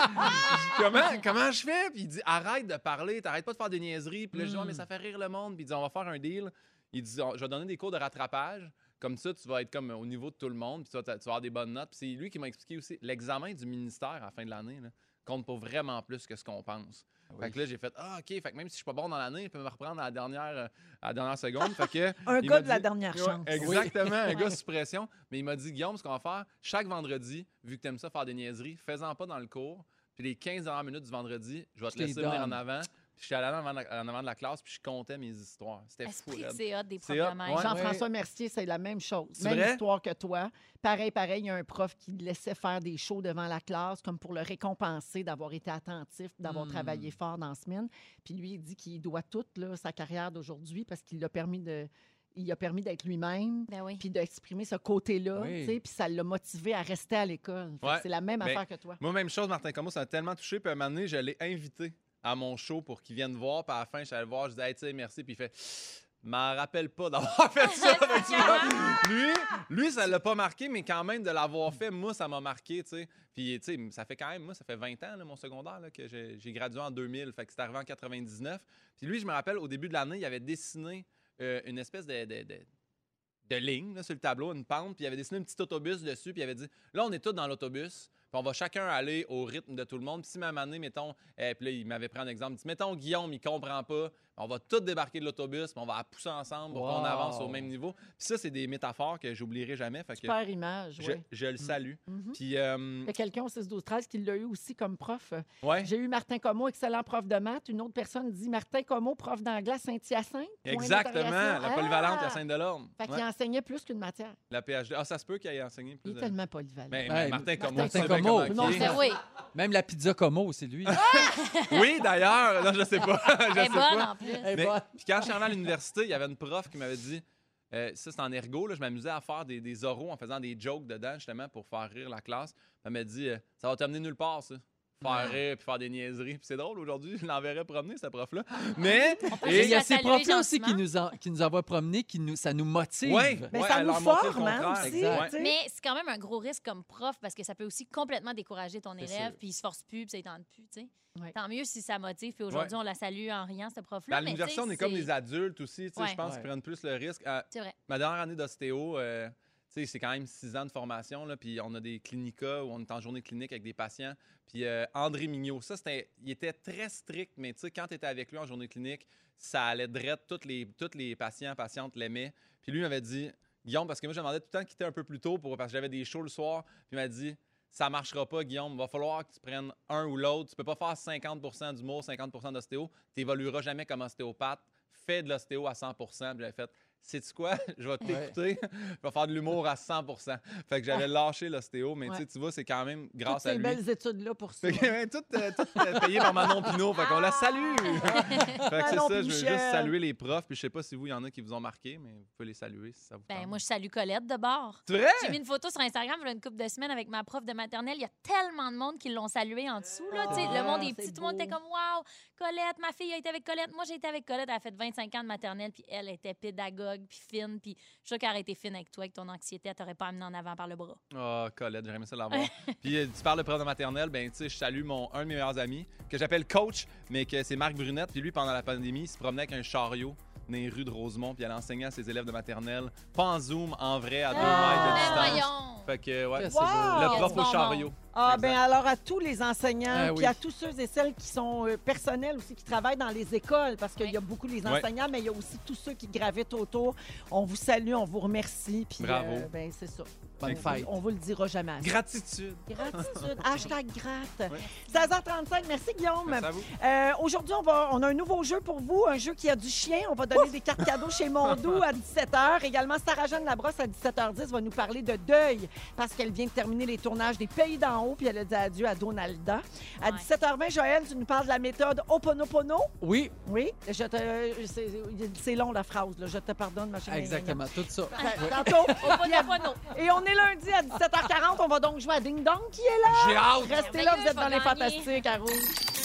*laughs* comment, comment je fais? Puis il dit Arrête de parler, t'arrêtes pas de faire des niaiseries. Puis là, je dis Ouais, mais ça fait rire le monde. Puis il dit On va faire un deal. Il dit On- Je vais donner des cours de rattrapage. Comme ça, tu vas être comme au niveau de tout le monde, puis tu vas, tu vas avoir des bonnes notes. Puis c'est lui qui m'a expliqué aussi l'examen du ministère à la fin de l'année là, compte pour vraiment plus que ce qu'on pense. Fait que là, j'ai fait Ah, OK, fait que même si je suis pas bon dans l'année, je peux me reprendre à la dernière, euh, à la dernière seconde. Fait que, Un il gars m'a de la dit- dernière Ouais, *laughs* chance. Exactement, un gars sous pression. Mais il m'a dit Guillaume, ce qu'on va faire, chaque vendredi, vu que t'aimes ça faire des niaiseries, fais-en pas dans le cours. Puis les 15 dernières minutes du vendredi, je vais te Je les laisser venir en donne. avant. Puis je suis allé en avant, de la- en avant de la classe, puis je comptais mes histoires. C'était fou. Esprit que raide. c'est hot des C'est profs hot, de même. ouais. Jean-François Mercier, c'est la même chose. C'est Même vrai? histoire que toi. Pareil, pareil, il y a un prof qui le laissait faire des shows devant la classe comme pour le récompenser d'avoir été attentif, d'avoir Hmm. travaillé fort dans la semaine. Puis lui, il dit qu'il doit toute là, sa carrière d'aujourd'hui parce qu'il l'a permis de... Il a permis d'être lui-même, Ben oui. puis d'exprimer ce côté-là, Oui. tu sais, puis ça l'a motivé à rester à l'école. Fait que Ouais. C'est la même Ben, affaire que toi. Moi, même chose, Martin Como, ça m'a tellement touché. Puis à un moment donné, je l'ai invité à mon show pour qu'il vienne voir. Puis à la fin, je suis allé le voir, je disais, hey, tu sais, merci. Puis il fait, m'en rappelle pas d'avoir *laughs* fait ça. Fait que tu vois, lui, lui, ça l'a pas marqué, mais quand même, de l'avoir fait, moi, ça m'a marqué, tu sais. Puis, tu sais, ça fait quand même, moi, ça fait 20 ans, là, mon secondaire, là, que j'ai j'ai gradué en 2000. Fait que c'est arrivé en 99. Puis lui, je me rappelle, au début de l'année, il avait dessiné euh, une espèce de, de- de- de ligne là, sur le tableau, une pente, puis il avait dessiné un petit autobus dessus, puis il avait dit Là, on est tous dans l'autobus, puis on va chacun aller au rythme de tout le monde. Puis si ma année, mettons, euh, puis là, il m'avait pris un exemple, il dit Mettons, Guillaume, il comprend pas, on va tous débarquer de l'autobus, puis on va la pousser ensemble pour qu'on Wow. avance au même niveau. Puis ça, c'est des métaphores que j'oublierai jamais. Fait que Super image, je, oui. je le salue. Mhm. Puis, euh, Il y a quelqu'un au 6-12-13 qui l'a eu aussi comme prof. ouais, J'ai eu Martin Comeau, excellent prof de maths. Une autre personne dit Martin Comeau, prof d'anglais à Saint-Hyacinthe. Point exactement, la d'interrogation. polyvalente, Ah! la Sainte-Delorme. Fait qu'il Ouais, enseignait plus qu'une matière. La PhD. Ah, ça Ben, se peut qu'il ait enseigné plus. Il est de- tellement polyvalent. Mais, Ouais, Martin Martin Como, tu sais bien Como. comment Tout le il monde est. sait. Ben *laughs* oui. Même la pizza Como, c'est lui. Ah! Oui, d'ailleurs. Là, je sais pas. je Elle est sais bonne pas. en plus. Eh Mais- Ah, ben, Puis quand je suis arrivé à l'université, il y avait une prof qui m'avait dit euh, ça, c'est en ergo. Là, je m'amusais à faire des, des oraux en faisant des jokes dedans, justement, pour faire rire la classe. Puis Elle m'a dit euh, ça va t'amener nulle part, ça. Ah. Faire rire puis faire des niaiseries. Puis c'est drôle, aujourd'hui, je l'enverrais promener, cette prof-là. Mais. Ah, peut Et il y a la ces saluer profs-là aussi qui gentiment. nous, en- qui nous envoient promener, qui nous, ça nous motive. Ouais, Mais ouais, ça elle nous leur montrait le forme hein, contraire. aussi. Exact. Ouais. tu sais. Mais c'est quand même un gros risque comme prof parce que ça peut aussi complètement décourager ton C'est élève, sûr. puis il se force plus, puis ça ne tente plus, tu sais. Ouais. Tant mieux si ça motive, puis aujourd'hui, on la salue en riant, ce Mais Ben, prof-là. à mais tu l'université, sais, on est comme c'est- des adultes aussi. tu sais, Ouais. Je pense Ouais. qu'ils prennent plus le risque. Euh, À- C'est vrai. ma dernière année d'ostéo, euh, tu sais, Tu sais, c'est quand même six ans de formation, là, puis on a des clinicas où on est en journée clinique avec des patients. Puis euh, André Mignot, ça, c'était, il était très strict, mais tu sais, quand tu étais avec lui en journée clinique, ça allait drette, tous les, tous les patients, patientes l'aimaient. Puis lui, il m'avait dit, Guillaume, parce que moi, je demandais tout le temps de quitter un peu plus tôt pour, parce que j'avais des shows le soir, puis il m'a dit, ça marchera pas, Guillaume, va falloir que tu prennes un ou l'autre. Tu peux pas faire 50 d'humour, 50 d'ostéo, tu n'évolueras jamais comme ostéopathe. Fais de l'ostéo à 100 Puis j'avais fait, sais-tu quoi, *laughs* je vais t'écouter, je vais faire de l'humour à 100 Fait que j'avais lâché l'ostéo, mais tu sais, tu vois, c'est quand même grâce Toutes à ces lui. belles études-là pour ça. *laughs* Fait que, ouais, tout, euh, tout, euh, payé par Manon Pinot. Fait qu'on la salue. Ah! *laughs* fait que c'est ça, Manon je veux juste Michel. saluer les profs. Puis je sais pas si vous, il y en a qui vous ont marqué, mais vous pouvez les saluer si ça vous Ben, tente. moi, je salue Colette de bord. C'est vrai? J'ai mis une photo sur Instagram il y a une couple de semaines avec ma prof de maternelle. Il y a tellement de monde qui l'ont saluée en dessous. Là, tu sais, Ah, le monde est c'est petit. Tout le monde beau. était comme Waouh, Colette, ma fille a été avec Colette. Moi, j'ai été avec Colette. Elle a fait 25 ans de maternelle. Puis elle était pédagogue, puis fine. Puis je suis sûre qu'elle aurait été fine avec toi, avec ton anxiété. Elle t'aurait pas amené en avant par le bras. Ah, Colette, j'aurais aimé ça l'avoir. *laughs* Puis euh, tu parles de prof de maternelle, ben tu sais, je salue mon un de mes meilleurs amis, que j'appelle coach, mais que c'est Marc Brunette. Puis lui, pendant la pandémie, il se promenait avec un chariot dans les rues de Rosemont, puis il allait enseigner à ses élèves de maternelle, pas en Zoom, en vrai, à deux Ben, mètres de distance. voyons. Fait que, ouais, Que c'est c'est beau. le Il y a prof du au bon monde. chariot. Ah, Exact. ben alors à tous les enseignants, Ah puis oui. à tous ceux et celles qui sont euh, personnels aussi, qui travaillent dans les écoles, parce qu'il y a beaucoup les Ouais. enseignants, mais il y a aussi tous ceux qui gravitent autour. On vous salue, on vous remercie, puis Bravo. euh, ben, c'est ça. Bonne On- fête. On vous le dira jamais assez. Gratitude. *laughs* Gratitude. Hashtag gratte. Ouais. 16h35, merci Guillaume. Merci à vous. Euh, Aujourd'hui, on, va- on a un nouveau jeu pour vous, un jeu qui a du chien. On va donner des cartes cadeaux chez Mondou à 17h. Également, Sarah-Jeanne Labrosse à 17h10 va nous parler de deuil parce qu'elle vient de terminer les tournages des Pays d'en haut puis elle a dit adieu à Donalda. À Ouais. 17h20, Joël, tu nous parles de la méthode Ho Oponopono. Oui, Oui, je te- euh, c'est- c'est long la phrase. là. Je te pardonne, ma chérie. exactement, tout ça. Tantôt. Pas de pas non. Et on est lundi à 17h40. On va donc jouer à Ding Dong qui est là. J'ai hâte! Restez là, vous êtes dans les Merveilleux, faut gagner. fantastiques à Rouge.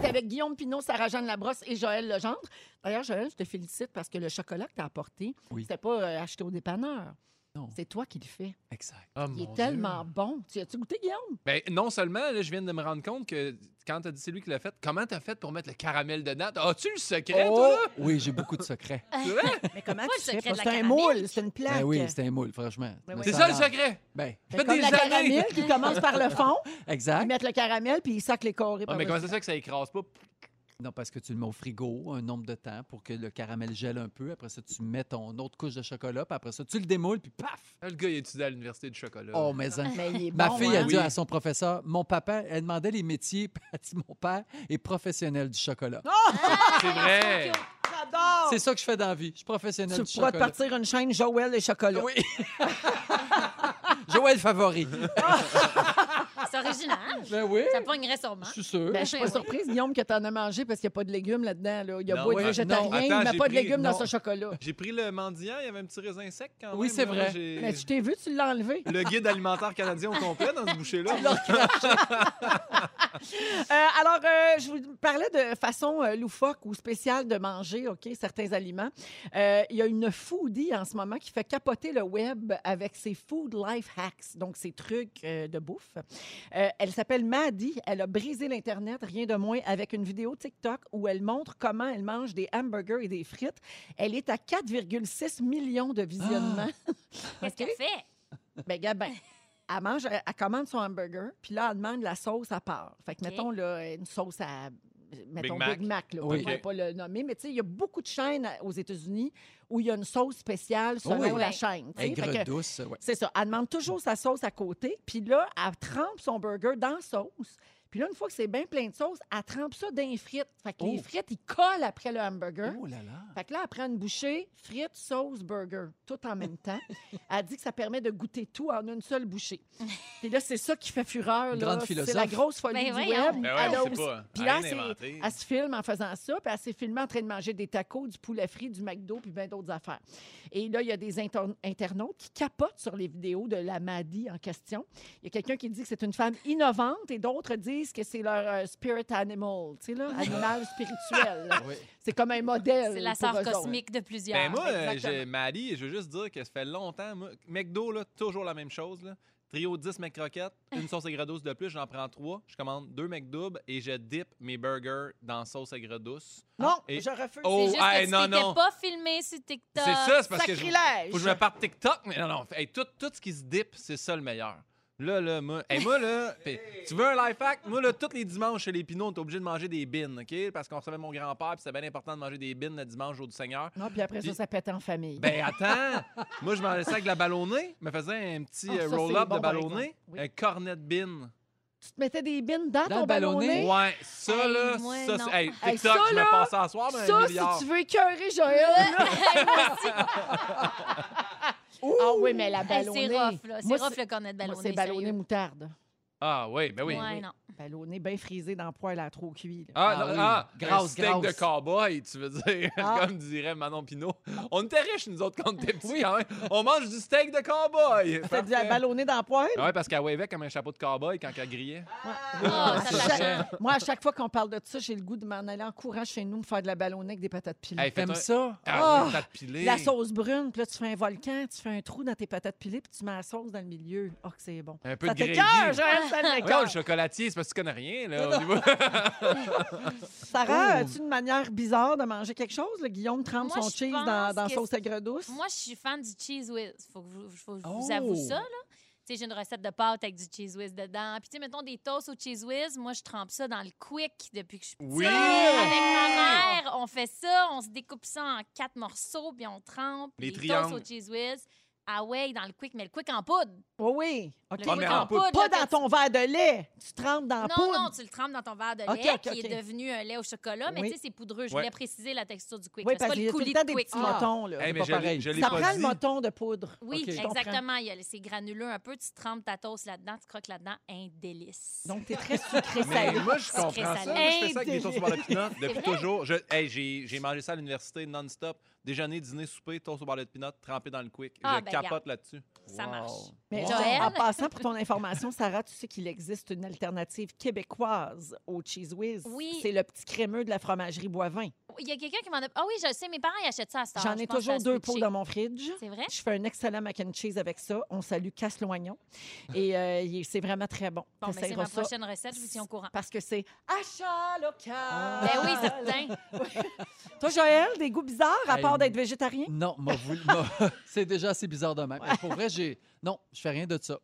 T'es avec Guillaume Pinot, Sarah-Jeanne Labrosse et Joël Legendre. D'ailleurs, Joël, je te félicite parce que le chocolat que t'as apporté, Oui. c'était pas euh, acheté au dépanneur. Non. C'est toi qui le fais. Exact. Ah, Il mon est tellement bon. Tu as-tu goûté, Guillaume? Ben, non seulement, là, je viens de me rendre compte que quand t'as dit c'est lui qui l'a fait, comment t'as fait pour mettre le caramel dedans? As-tu le secret, toi, là? Oui, j'ai beaucoup de secrets. C'est vrai? Mais comment Pas tu le fais? secret de la C'est un caramel. moule, c'est une plaque. Ben oui, c'était un moule, franchement. Ben oui. C'est ça le secret? secret! Ben, fait C'est comme des la années. caramel qui commence par le fond, ils exact. mettent le caramel puis ils sacent les carrés Ah, par mais le- comment ça se fait que ça écrase pas? Non, parce que tu le mets au frigo un nombre de temps pour que le caramel gèle un peu. Après ça, tu mets ton autre couche de chocolat. Puis après ça, tu le démoules, puis paf! Ah, Le gars, il étudie à l'université du chocolat. Oh, mais hein. Mais il est Ma bon, fille a hein? dit Oui. à son professeur, mon papa, elle demandait les métiers, *laughs* puis elle dit, mon père est professionnel du chocolat. c'est vrai! J'adore! C'est ça que je fais dans la vie. Je suis professionnel Tu du pourras te chocolat. partir une chaîne Joël et chocolat. Oui. *laughs* Joël favori. C'est original. Ben oui, Ça pognerait sûrement. je suis sûr. *laughs* Ben, je suis pas Ouais. surprise, Guillaume, que tu en as mangé parce qu'il n'y a pas de légumes là-dedans. là. Il y a Non, pas de ouais, non, végétarien, attends, il met j'ai pas de pris- légumes dans non. *laughs* ce chocolat. J'ai pris le mendiant, il y avait un petit raisin sec quand même. Oui, c'est là. vrai. J'ai- Mais je t'ai vu, tu l'as enlevé. Le guide alimentaire canadien au complet dans ce boucher-là. Euh, alors, euh, je vous parlais de façon euh, loufoque ou spéciale de manger, OK, certains aliments. Euh, Il y a une foodie en ce moment qui fait capoter le web avec ses food life hacks, donc ses trucs euh, de bouffe. Euh, elle s'appelle Maddie. Elle a brisé l'Internet, rien de moins, avec une vidéo TikTok où elle montre comment elle mange des hamburgers et des frites. Elle est à 4,6 millions de visionnements. Qu'est-ce qu'elle fait? Ben, *laughs* Gabin. Elle mange, elle, elle commande son hamburger, puis là, elle demande la sauce à part. Fait que, OK. mettons, là, une sauce à. Mettons Big Mac, Mac. là, Oui. on va OK. pas le nommer, mais tu sais, il y a beaucoup de chaînes à- aux États-Unis où il y a une sauce spéciale selon Oui. la Ouais. chaîne. tu sais. Aigre Fait que- douce, ouais. c'est ça. Elle demande toujours sa sauce à côté. Puis là, elle trempe son burger dans la sauce. Puis là, une fois que c'est bien plein de sauce, elle trempe ça dans les frites. Fait que les Oh. frites, ils collent après le hamburger. Oh là là. Fait que là, elle prend une bouchée, frites, sauce, burger, tout en même *laughs* temps. Elle dit que ça permet de goûter tout en une seule bouchée. Puis là, c'est ça qui fait fureur. Une là. grande C'est la philosophe. grosse folie Ben du voyons. web. Ben ouais, Elle a on sait aussi- pas. Ah, Puis Rien là, elle s'est- inventé. elle se filme en faisant ça, puis elle s'est filmée en train de manger des tacos, du poulet frit, du McDo, puis bien d'autres affaires. Et là, il y a des inter- internautes qui capotent sur les vidéos de la Maddy en question. Il y a quelqu'un qui dit que c'est une femme innovante et d'autres disent disent que c'est leur euh, spirit animal, tu sais, *laughs* là, animal spirituel. là. Oui. C'est comme un modèle. C'est la pour sœur eux autres. cosmique de plusieurs. Ben moi, euh, exactement. j'ai- Marie, je veux juste dire que ça fait longtemps. moi, McDo, là, toujours la même chose. là. Trio 10 McCroquettes, une sauce aigre douce de plus, j'en prends trois. Je commande deux McDoubles et je dip mes burgers dans sauce aigre douce. Non, Et- je refuse. Oh, C'est juste hey, que non, tu t'étais non. pas filmé sur TikTok. C'est ça, c'est parce que je, Sacrilège! faut que je me parte TikTok, mais non, non. hey, tout, tout ce qui se dip, c'est ça le meilleur. Là, là, moi, hey, moi *laughs* là, pis, tu veux un life hack? Moi, là, tous les dimanches chez les Pinots, on est obligé de manger des bines, OK? Parce qu'on recevait mon grand-père, puis c'est bien important de manger des bines le dimanche, jour du Seigneur. Non, puis après ça, Puis- ça pète en famille. Ben attends, moi je m'en laissais avec de la ballonnée, je me faisais un petit Ah, ça, euh, c'est roll-up bon, de par ballonnée, exemple. Oui. un cornet de bin. tu te mettais des bines dans, Dans ton le ballonnet? ballonnet. Ouais, ça Hey, là, moi, ça non. c'est hey, Hey, TikTok, ça, je là, me passe à soir, mais un Ça, milliard. si tu veux écœurer Euh, Joël. là. ah oui, mais la Hey, ballonnée. c'est rough, là. Moi, C'est rough le cornet de moi, ballonné. c'est ballonné sérieux. moutarde. Ah oui, ben oui. Ouais, non. Ballonné bien frisé dans le poêle à trop cuit. là. Ah, Ah non, oui, ah, un grosse, steak grosse. de cowboy, tu veux dire, Ah. *laughs* comme dirait Manon Pinot. On était riches, nous autres, quand on était petits. hein. On mange du steak de *laughs* cowboy. T'as dit la ballonnée dans le poêle? Ah ouais, parce qu'elle wavait comme un chapeau de cowboy quand elle grillait. Ah, À ça chaque- t'achève. Moi, à chaque fois qu'on parle de ça, j'ai le goût de m'en aller en courant chez nous me faire de la ballonnée avec des patates pilées. Hey, T'aimes fais-toi- ça? Ah, Ah, oui, t'as pilé. La sauce brune, puis là, tu fais un volcan, tu fais un trou dans tes patates pilées, puis tu mets la sauce dans le milieu. Oh, que c'est bon. Un peu ça de t'écoeure, gravy. Joël, ça Regarde, t'écoeure. le chocolatier, c'est parce que tu connais rien, là, au niveau... Sarah, Oh. as-tu une manière bizarre de manger quelque chose? Le Guillaume trempe Moi, son je cheese pense dans, dans que sauce c'est- aigre douce. Moi, je suis fan du cheese whiz. Faut que je, vous- faut que je vous Oh! avoue ça, là. Tu sais, j'ai une recette de pâte avec du cheese whiz dedans. Puis, tu sais, mettons des toasts au cheese whiz. Moi, je trempe ça dans le quick depuis que je suis petite. Oui! Avec ma mère, on fait ça. On se découpe ça en quatre morceaux, puis on trempe. Les Les, triangles. toasts au cheese whiz. Ah ouais, dans le quick, mais le quick en poudre. Oh oui. OK. Le Ah, quick mais en poudre. Pas là, que dans ton verre de lait. Tu trempes dans la non, poudre. non, tu le trempes dans ton verre de lait Ok, ok, qui ok. est devenu un lait au chocolat, mais Oui. tu sais, c'est poudreux. Je Ouais. voulais préciser la texture du quick. oui, là. c'est parce pas qu'il y le a tout le coulis temps de des quick. Ah, petits motons. Là. Hey, Hein? C'est mais pas je l'ai- pareil. je l'ai ça pas prend dit. le moton de poudre. Oui, Ok. Je comprends. exactement. Il y a le- c'est granuleux un peu. Tu trempes ta toast là-dedans, tu croques là-dedans. Un délice. Donc, t'es très sucré Mais salé. moi, je comprends Sucré ça. salé. Moi, je fais ça avec des Hey, toasts au bar de pinot depuis vrai? toujours. Je- hey, j'ai j'ai mangé ça à l'université non-stop. Déjeuner, dîner, souper, toast au bar de pinot, trempé dans le quick. Ah, je ben, capote là-dessus. Ça marche. Mais Wow. genre, Joël? en passant, pour ton information, Sarah, tu sais qu'il existe une alternative québécoise au Cheese Whiz. Oui. C'est le petit crémeux de la fromagerie Boivin. Il y a quelqu'un qui m'en a. Ah oui, je le sais, mes parents ils achètent ça Ah, à Star. J'en ai toujours deux pots dans mon fridge. C'est vrai? Je fais un excellent mac and cheese avec ça. On salue Casse Loignon. Et euh, il- c'est vraiment très bon. Bon, mais c'est T'essayeras ma ça. prochaine recette, je vous tiens au courant. Parce que c'est achat local. Ben oui, *laughs* certain. Toi, Joël, des goûts bizarres à Hey, part d'être végétarien? Non, m'a voulu- m'a- *laughs* c'est déjà assez bizarre de même. Mais Pour vrai, j'ai. Non, je fais rien de ça.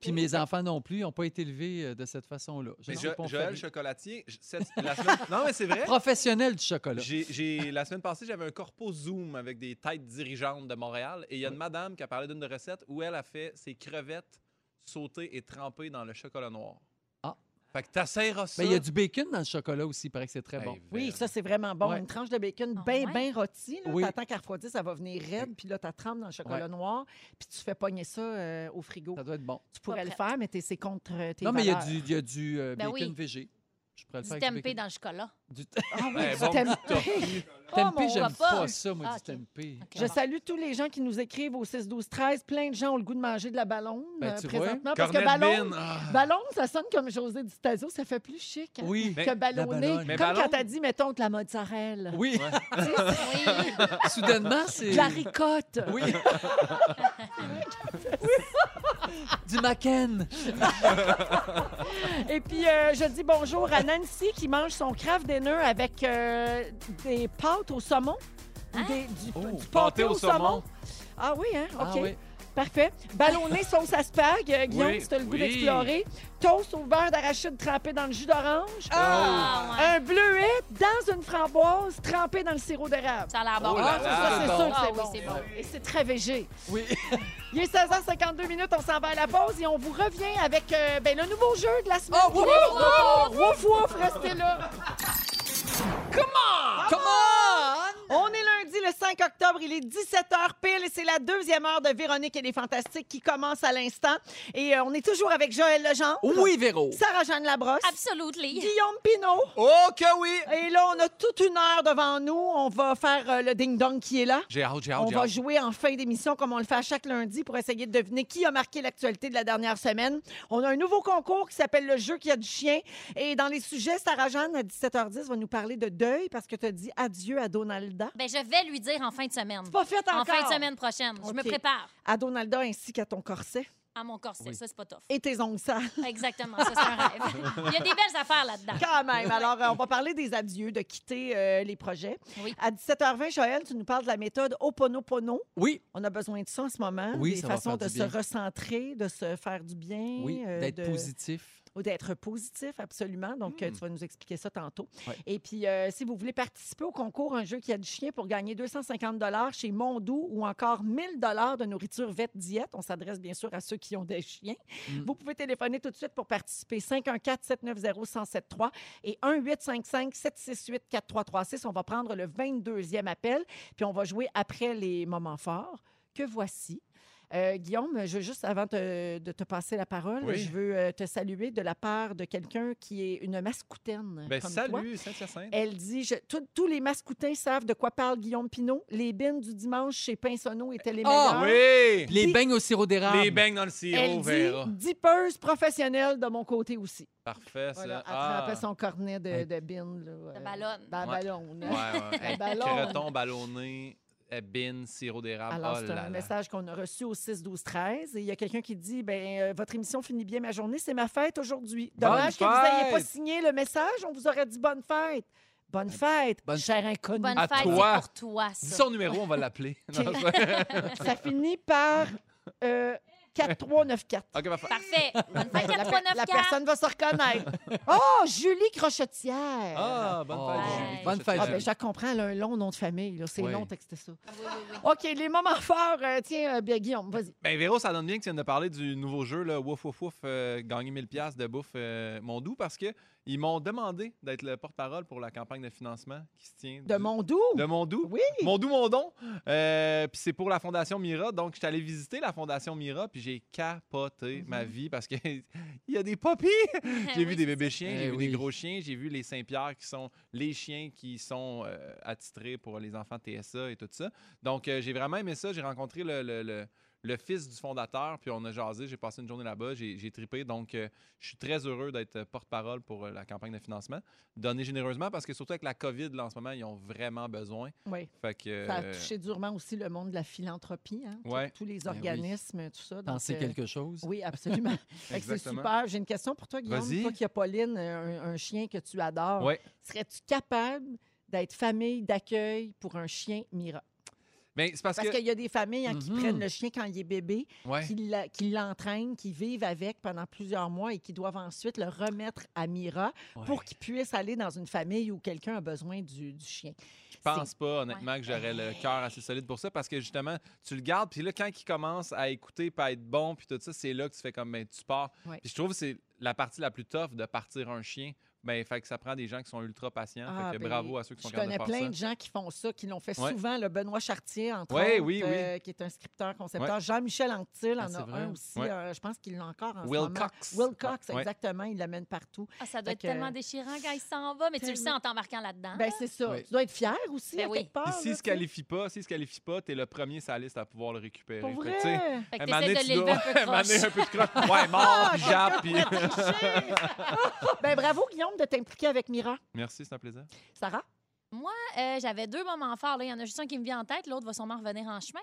Puis mes enfants non plus n'ont pas été élevés euh, de cette façon-là. Je Mais sais Jo- pas, on Joël, fait- chocolatier, j- cette- la *laughs* semaine... Non, mais c'est vrai. Professionnel du chocolat. J'ai, j'ai- la semaine passée, j'avais un corpo Zoom avec des têtes dirigeantes de Montréal. Et il y a une madame qui a parlé d'une recette où elle a fait ses crevettes sautées et trempées dans le chocolat noir. Ah. Fait que t'essaieras ça. Ben, Il y a du bacon dans le chocolat aussi, il paraît que c'est très Hey, bon. Oui, Verne. ça, c'est vraiment bon. Ouais. Une tranche de bacon Ah bien, ouais? bien rôtie. là. Oui. T'attends qu'elle refroidisse, ça va venir raide. Puis là, tu trempes dans le chocolat Ouais. noir. Puis tu fais pogner ça euh, au frigo. Ça doit être bon. Tu pourrais le prête. faire, mais t'es- c'est contre euh, tes non, mais il y a valeurs. du, il y a du euh, Ben bacon oui. végé. Je pourrais le Du faire avec tempeh bacon. dans le chocolat. *laughs* Du Ah oui, Ben, du bon, tempeh. tu t'as remis. tempeh, mon j'aime repas. pas ça, moi, Ah, du ok. tempeh. Ok. Je salue tous les gens qui nous écrivent au 6 12 13 Plein de gens ont le goût de manger de la ballonne Ben, euh, tu vois. présentement. Parce que Cornet de ballonne, bine, ah. ballonne, ça sonne comme José Di Stasio, ça fait plus chic hein, Oui. Mais- que ballonné. ballonne. Comme Mais quand ballonne- t'as dit, mettons, de la mozzarella, Oui, Oui. *laughs* soudainement, c'est. de la ricotte. *laughs* Oui. *laughs* du macken. Et puis, euh, je dis bonjour à Nancy qui mange son craft dinner avec euh, des pâtes au saumon. Ou des- du, Oh, du pâté, pâté au au saumon. saumon. Ah oui, hein? OK. Ah oui. Parfait. Ballonné sauce asperge. Euh, Guillaume, Oui, si t'as le goût oui. d'explorer. Toast au beurre d'arachide trempé dans le jus d'orange. Ah, ouais. Un bleuet dans une framboise trempé dans le sirop d'érable. Ça a l'air bon. Oh là Ah, là. ça, c'est bon. sûr que Ah c'est oui, bon. c'est bon. Et c'est très végé. Oui. *laughs* Il est 16h52 minutes, on s'en va à la pause et on vous revient avec euh, ben, le nouveau jeu de la semaine. wouf, wouf, wouf, wouf, restez là. Come on! Come on! On est lundi le 16 25 octobre, il est 17h pile et c'est la deuxième heure de Véronique et les Fantastiques qui commence à l'instant. Et euh, on est toujours avec Joël Legendre. Oh, Oui, Véro. Sarah-Jeanne Labrosse. Absolutely. Guillaume Pinault. Oh que oui! Et là, on a toute une heure devant nous. On va faire euh, le ding-dong qui est là. J'ai hâte, j'ai hâte, On j'ai va hâte. jouer en fin d'émission comme on le fait à chaque lundi pour essayer de deviner qui a marqué l'actualité de la dernière semaine. On a un nouveau concours qui s'appelle Le jeu qui a du chien. Et dans les sujets, Sarah Jeanne, à 17h10, va nous parler de deuil parce que tu as dit adieu à Donalda. Ben, je vais lui dire en fin de semaine. Pas fait encore. En fin de semaine prochaine. Je me OK. prépare À Donalda ainsi qu'à ton corset à mon corset. Oui. Ça, c'est pas tough. et tes ongles *laughs* sales. Exactement, ça, c'est un rêve. *laughs* Il y a des belles affaires là-dedans. Quand même. Alors, euh, on va parler des adieux, de quitter euh, les projets. Oui. À 17h20, Joël, tu nous parles de la méthode Ho'oponopono. Oui, On a besoin de ça en ce moment. Oui, des ça va façons faire de du se bien. recentrer, de se faire du bien. oui, euh, d'être Hmm. de- positif. ou D'être positif, absolument. Donc, euh, tu vas nous expliquer ça tantôt. Ouais. Et puis, euh, si vous voulez participer au concours Un jeu qui a du chien pour gagner 250 chez Mondou ou encore 1000 de nourriture vette diète, on s'adresse bien sûr à ceux qui ont des chiens. Mm. Vous pouvez téléphoner tout de suite pour participer. 514-790-1073 et 1-855-768-4336. On va prendre le 22e appel, puis on va jouer après les moments forts que voici. Euh, Guillaume, je veux juste, avant te- de te passer la parole, Oui. je veux euh, te saluer de la part de quelqu'un qui est une mascoutaine. Ben comme toi. salut, Saint-Hyacinthe. Elle dit je- tout- tous les mascoutins savent de quoi parle Guillaume Pinault. Les bines du dimanche chez Pinsonneau étaient les meilleures. Ah, Oui! Les Dis- beignes au sirop d'érable. Les beignes dans le sirop, Elle Vera. dit dipeuse professionnelle de mon côté aussi. Parfait, ça. Voilà, Ah. attraper son cornet de, Hey. de bine. Là, euh, ballonne. ben, Ouais. ballonne, Ouais, hein. *laughs* ouais. Un Hey, ballon. Creton, ballonné, ébine, sirop d'érable. Alors, oh c'est là un là. message qu'on a reçu au 6 12 13 et il y a quelqu'un qui dit ben euh, votre émission finit bien ma journée, c'est ma fête aujourd'hui. Bonne Dommage que vous n'ayez pas fête! signé le message, on vous aurait dit bonne fête. Bonne fête, Bonne- cher inconnu. Bonne À fête, toi. c'est pour toi, Dis ça. son numéro, on va *laughs* l'appeler. Non, Ok. c'est vrai. Ça finit par euh, 4394. ok, parfait. *laughs* Parfait. Ah, Bonne fête, La, per- la 4394. personne va se *laughs* reconnaître. Oh, Julie Crochetière. Ah, bonne Ah, fête, ouais. Julie. Bonne fête, Ah, Julie. ben, je la comprends, elle a un long nom de famille. là. C'est Oui. long, texte ça. Ah, Oui, oui, oui. OK, les moments forts. euh, tiens, euh, bien, Guillaume, vas-y. Ben, Véro, ça donne bien que tu viennes de parler du nouveau jeu, là, Wouf Wouf Wouf, euh, gagner 1000 pièces de bouffe euh, Mondou, parce que ils m'ont demandé d'être le porte-parole pour la campagne de financement qui se tient. De du- Mondou. De Mondou. Oui. Mondou Mondon. Euh, puis c'est pour la Fondation Mira. Donc, je suis allé visiter la Fondation Mira, puis j'ai capoté Mhm. ma vie *laughs* parce qu'il y a des poppies. J'ai Eh vu oui, des c'est bébés chiens, j'ai Eh vu oui. des gros chiens, j'ai vu les Saint-Pierre qui sont les chiens qui sont euh, attitrés pour les enfants TSA et tout ça. Donc, euh, j'ai vraiment aimé ça. J'ai rencontré le, le- le- le fils du fondateur, puis on a jasé. J'ai passé une journée là-bas, j'ai, j'ai tripé. Donc, euh, je suis très heureux d'être euh, porte-parole pour euh, la campagne de financement. Donner généreusement parce que surtout avec la COVID, là, en ce moment, ils ont vraiment besoin. Oui. Fait que, Ça a euh, touché durement aussi le monde de la philanthropie, hein, tous- Ouais. tous les Ben oui. organismes, tout ça. donc, Penser euh, quelque chose. Oui, *laughs* absolument. Fait que c'est Exactement. super. J'ai une question pour toi, Guillaume. Vas-y. Toi qui as Pauline, un, un chien que tu adores, Ouais. serais-tu capable d'être famille d'accueil pour un chien Mira? Ben, c'est parce, Parce que. Mm-hmm. qu'il y a des familles hein, qui Mhm. prennent le chien quand il est bébé, Ouais. qui l'a- qui l'entraînent, qui vivent avec pendant plusieurs mois et qui doivent ensuite le remettre à Mira Ouais. pour qu'il puisse aller dans une famille où quelqu'un a besoin du, du chien. Je pense pas, honnêtement, que j'aurais le cœur assez solide pour ça parce que justement, tu le gardes, puis là, quand il commence à écouter, puis à être bon, puis tout ça, c'est là que tu fais comme, ben, tu pars. Ouais. Puis je trouve que c'est la partie la plus tough de partir un chien. Ben, fait que ça prend des gens qui sont ultra patients. Ah, fait que ben, bravo à ceux qui sont Je capables de connais faire plein ça. de gens qui font ça, qui l'ont fait Ouais. souvent. Le Benoît Chartier, entre Ouais, autres, oui, oui. euh, qui est un scripteur, concepteur. Jean-Michel Anctil Ah, en c'est a vrai. un aussi. Ouais. euh, je pense qu'il l'a encore en ce Will moment. Cox. Will Cox, Ouais. exactement. Il l'amène partout. Ah, ça doit Fait être que- tellement déchirant quand il s'en va, mais tu le sais Tellement. en t'embarquant Ah. là-dedans. Ben, c'est ça. Ouais. Tu dois être fier aussi, Ben à oui. quelque part. Puis s'il là, se tu sais. qualifie pas, s'il se qualifie pas, t'es le premier sur la liste à pouvoir le récupérer. Pour Fait que, tu sais, *laughs* vrai. fait à que un moment donné, t'essaies de tu l'élever dois- un *laughs* peu à un moment donné, *laughs* croche. un peu de croche. Ouais, Ah, mort, puis jappe, puis- *laughs* ben, bravo, Guillaume, de t'impliquer avec Mira. Merci, c'est un plaisir. Sarah? Euh, J'avais deux moments forts. là. Il y en a juste un qui me vient en tête, l'autre va sûrement revenir en chemin.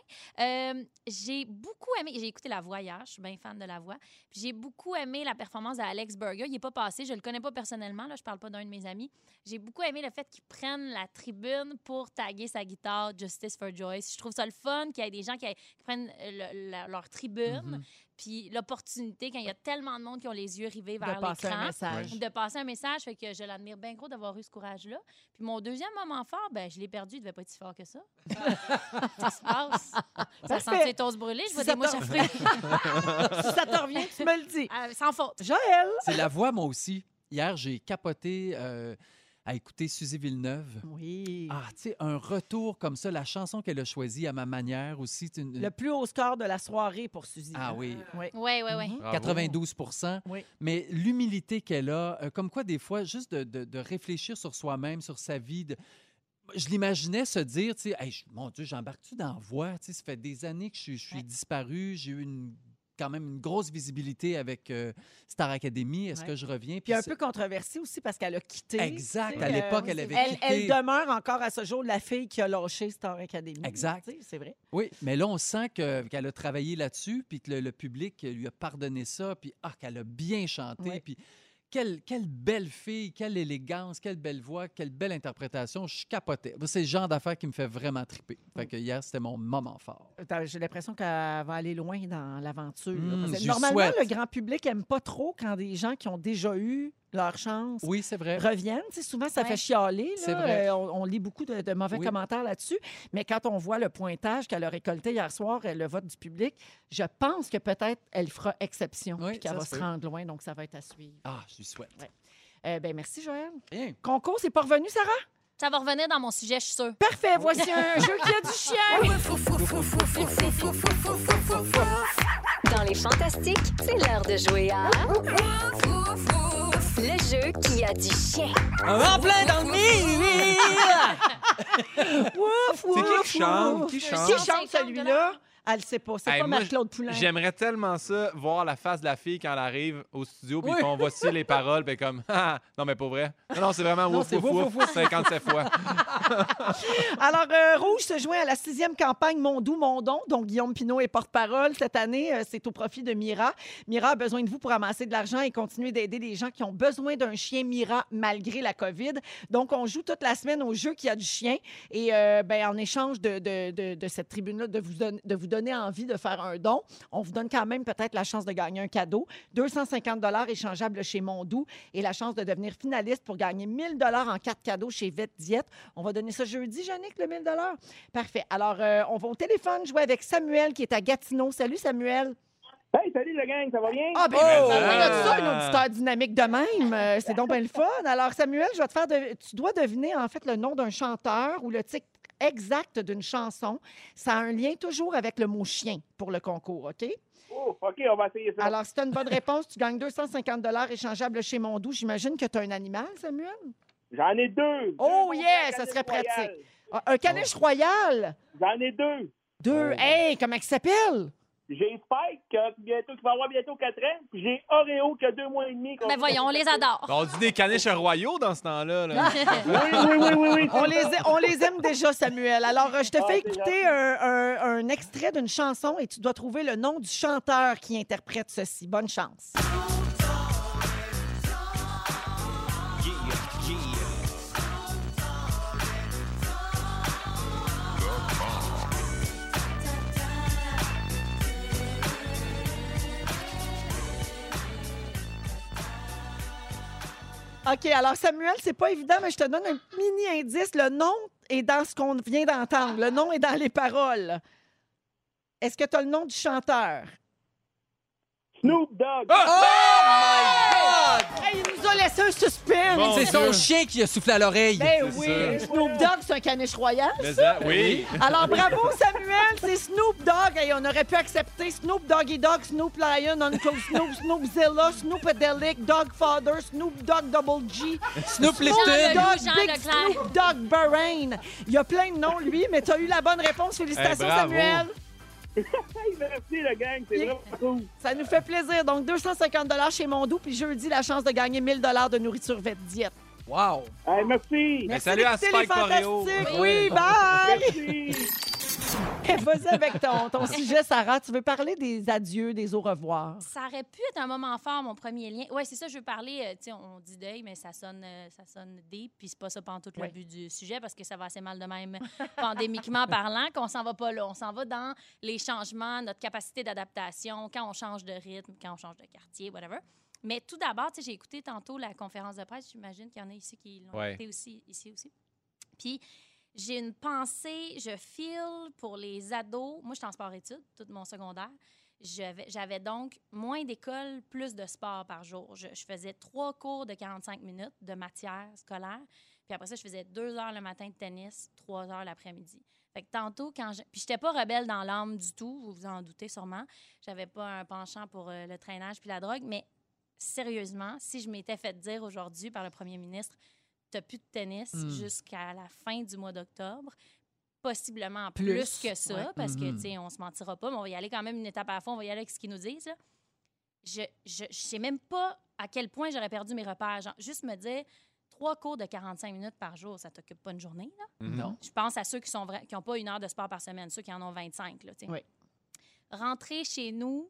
Euh, j'ai beaucoup aimé, j'ai écouté La Voix hier, je suis bien fan de La Voix. Puis J'ai beaucoup aimé la performance d'Alex Burger. Il n'est pas passé, je le connais pas personnellement, là, je parle pas d'un de mes amis. J'ai beaucoup aimé le fait qu'il prenne la tribune pour taguer sa guitare Justice for Joyce. Je trouve ça le fun qu'il y ait des gens qui, aient- qui prennent euh, le- la- leur tribune, Mhm. puis l'opportunité quand il y a tellement de monde qui ont les yeux rivés Bah, vers De passer un l'écran message. de passer un message. Fait que je l'admire bien gros d'avoir eu ce courage-là. Puis mon deuxième moment fort, ben, je l'ai perdu. Il devait pas être si fort que ça. Qu'est-ce qui se passe? Ça Parfait. sent les toasts brûlés. Je vois Si ça des mouches te- à *laughs* fruits. Si ça te revient, tu *laughs* me le dis. Euh, sans faute. Joël! C'est la voix, moi aussi. Hier, j'ai capoté. euh, à écouter Suzy Villeneuve. Oui. Ah, tu sais, un retour comme ça, la chanson qu'elle a choisie à ma manière aussi. c'est une- Le plus haut score de la soirée pour Suzy. Mhm. Ah oui, Oui. Oui, Ah oui, Mm-hmm. oui. Bravo. 92 Oui. Mais l'humilité qu'elle a, euh, comme quoi des fois, juste de, de- de réfléchir sur soi-même, sur sa vie, de- je l'imaginais se dire, tu sais, Hey, je- mon Dieu, j'embarque-tu dans la voie? Tu sais, ça fait des années que je, suis- je suis Ouais. disparu, disparu, j'ai eu une- quand même une grosse visibilité avec euh, Star Academy. Est-ce Ouais. que je reviens? Puis un c'est- peu controversée aussi parce qu'elle a quitté. Exact. tu sais, À euh, l'époque, oui, elle c'est avait vrai. quitté. Elle, elle demeure encore à ce jour la fille qui a lâché Star Academy. Exact. Tu sais, C'est vrai. Oui, mais là, on sent que- qu'elle a travaillé là-dessus, puis que le, le public lui a pardonné ça, puis ah, qu'elle a bien chanté, Ouais. puis quelle, quelle belle fille, quelle élégance, quelle belle voix, quelle belle interprétation. Je capotais. Moi, C'est le genre d'affaire qui me fait vraiment triper. Fait que hier, c'était mon moment fort. Attends, Euh, J'ai l'impression qu'elle va aller loin dans l'aventure. là. Mm, Parce que j'y Normalement, souhaite. le grand public aime pas trop quand des gens qui ont déjà eu leur chance Oui, c'est vrai. reviennent. Tu sais, souvent, ça Ouais. fait chialer. là. C'est vrai. Euh, on, on lit beaucoup de, de mauvais Oui. commentaires là-dessus. Mais quand on voit le pointage qu'elle a récolté hier soir, euh, le vote du public, je pense que peut-être elle fera exception Oui, puis qu'elle ça va se se peut. rendre loin. Donc, ça va être à suivre. Ah, je lui souhaite. Euh, ben, merci, Joël. Bien. Concours, c'est pas revenu, Sarah? Ça va revenir dans mon sujet, je suis sûre. Parfait, voici *laughs* un jeu qui a du chien. Dans les fantastiques, c'est l'heure de jouer à Hein? le jeu qui a du chien. Ah, En plein dans le mire! Ouf, C'est ouf, qui qui chante? ouf. Qui Qui chante? chante celui-là? Elle le sait pas. C'est Hey, pas moi, Marc-Claude Poulin. J'aimerais tellement ça, voir la face de la fille quand elle arrive au studio, puis Oui. ils font voici les paroles, puis comme, *laughs* Ah, non, mais pour vrai. Non, non, c'est vraiment Non, wouf, c'est wouf, wouf, wouf, 57 *laughs* fois. Alors, euh, Rouge se joint à la sixième campagne Mon Doux, Mon Don, dont Guillaume Pinot est porte-parole. Cette année, euh, c'est au profit de Mira. Mira a besoin de vous pour amasser de l'argent et continuer d'aider les gens qui ont besoin d'un chien Mira malgré la COVID. Donc, on joue toute la semaine au jeu qui a du chien. Et euh, ben, en échange de, de- de- de cette tribune-là, de vous, don- de vous donner envie de faire un don, on vous donne quand même peut-être la chance de gagner un cadeau. 250 échangeables chez Mondou et la chance de devenir finaliste pour gagner 1000 en cartes cadeaux chez Vet Diète. On va donner ça jeudi, Jannick, le 1000 Parfait. Alors, euh, on va au téléphone jouer avec Samuel qui est à Gatineau. Salut, Samuel. Hey, salut le gang, ça va bien? Ah, ben, Mais on ça. a ça, un auditeur dynamique de même. Euh, c'est donc bien le fun. Alors, Samuel, je vais te faire. de- Tu dois deviner, en fait, le nom d'un chanteur ou le titre exact d'une chanson. Ça a un lien toujours avec le mot chien pour le concours, OK? Oh, OK, on va essayer ça. Alors, si tu as une bonne réponse, tu gagnes 250 échangeables chez Mondou. J'imagine que tu as un animal, Samuel? J'en ai deux. Oh, Deux yeah, mon ça Caniche serait Royal. pratique. Ah, Un caniche royal! J'en ai deux. Deux. Hey, comment il s'appelle? J'ai Spike, euh, bientôt, qui va avoir bientôt 4 ans. Puis j'ai Oreo, qui a deux mois et demi. Ah, qu'on- Ben voyons, on les adore. On dit des caniches royaux dans ce temps-là. Ah. là. Oui, oui, oui, oui, oui. On les, a- on les aime déjà, Samuel. Alors, euh, je te Ah, fais c'est écouter un, un- un extrait d'une chanson et tu dois trouver le nom du chanteur qui interprète ceci. Bonne chance. OK, alors Samuel, c'est pas évident, mais je te donne un mini indice. Le nom est dans ce qu'on vient d'entendre. Le nom est dans les paroles. Est-ce que tu as le nom du chanteur? Snoop Dogg. Ah! Oh, Hey, il nous a laissé un suspense! Bon C'est Dieu. son chien qui a soufflé à l'oreille. Ben c'est oui, ça. Snoop Dogg, c'est un caniche royal. Mais ça, oui. Alors bravo Samuel, c'est Snoop Dogg. Et on aurait pu accepter Snoop Doggy Dogg, Snoop Lion, Uncle Snoop, Snoop Zilla, Snoopadelic, Dog Father, Snoop Dogg Double G, Snoop Snoop Lipton. Dogg, Jean Big Leclerc. Snoop Dogg Bahrain. Il y a plein de noms, lui, mais tu as eu la bonne réponse. Félicitations, Eh, bravo. Samuel. Hey, merci le gang, c'est Yeah. vraiment cool. Ça nous fait plaisir. Donc, 250 chez Mondou, puis jeudi, la chance de gagner 1000 de nourriture vette diète. Wow. Hey, merci. Mais salut à d'écouter les Spike Oreo. Fantastiques. Oui, bye! Merci. *laughs* Vas-y avec ton, ton sujet, Sarah. Tu veux parler des adieux, des au revoir. *laughs* Ça aurait pu être un moment fort, mon premier lien. Oui, c'est ça, je veux parler. euh, tu sais, on dit deuil, mais ça sonne, euh, ça sonne deep, puis c'est pas ça pendant tout le Ouais. but du sujet, parce que ça va assez mal de même *laughs* pandémiquement parlant, qu'on s'en va pas là. On s'en va dans les changements, notre capacité d'adaptation, quand on change de rythme, quand on change de quartier, whatever. Mais tout d'abord, tu sais, j'ai écouté tantôt la conférence de presse. J'imagine qu'il y en a ici qui l'ont Ouais. écouté aussi, ici aussi. Puis j'ai une pensée, je file pour les ados. Moi, j'étais en sport-études, tout mon secondaire. J'avais j'avais donc moins d'école, plus de sport par jour. Je, je faisais trois cours de 45 minutes de matière scolaire. Puis après ça, je faisais deux heures le matin de tennis, trois heures l'après-midi. Fait que tantôt, quand je. Puis j'étais pas rebelle dans l'âme du tout, vous vous en doutez sûrement. J'avais pas un penchant pour euh, le traînage puis la drogue, mais sérieusement, si je m'étais fait dire aujourd'hui par le premier ministre, t'as plus de tennis Mm. jusqu'à la fin du mois d'octobre, possiblement plus, Plus, que ça, ouais. Mm-hmm. parce que, Mhm. tu sais, on se mentira pas, mais on va y aller quand même une étape à la fois, on va y aller avec ce qu'ils nous disent. là. Je, je, je sais même pas à quel point j'aurais perdu mes repères. Genre, juste me dire, trois cours de 45 minutes par jour, ça t'occupe pas une journée, là. Non. Je pense à ceux qui sont vra- qui n'ont pas une heure de sport par semaine, ceux qui en ont 25. Là, tu sais. Oui. Rentrer chez nous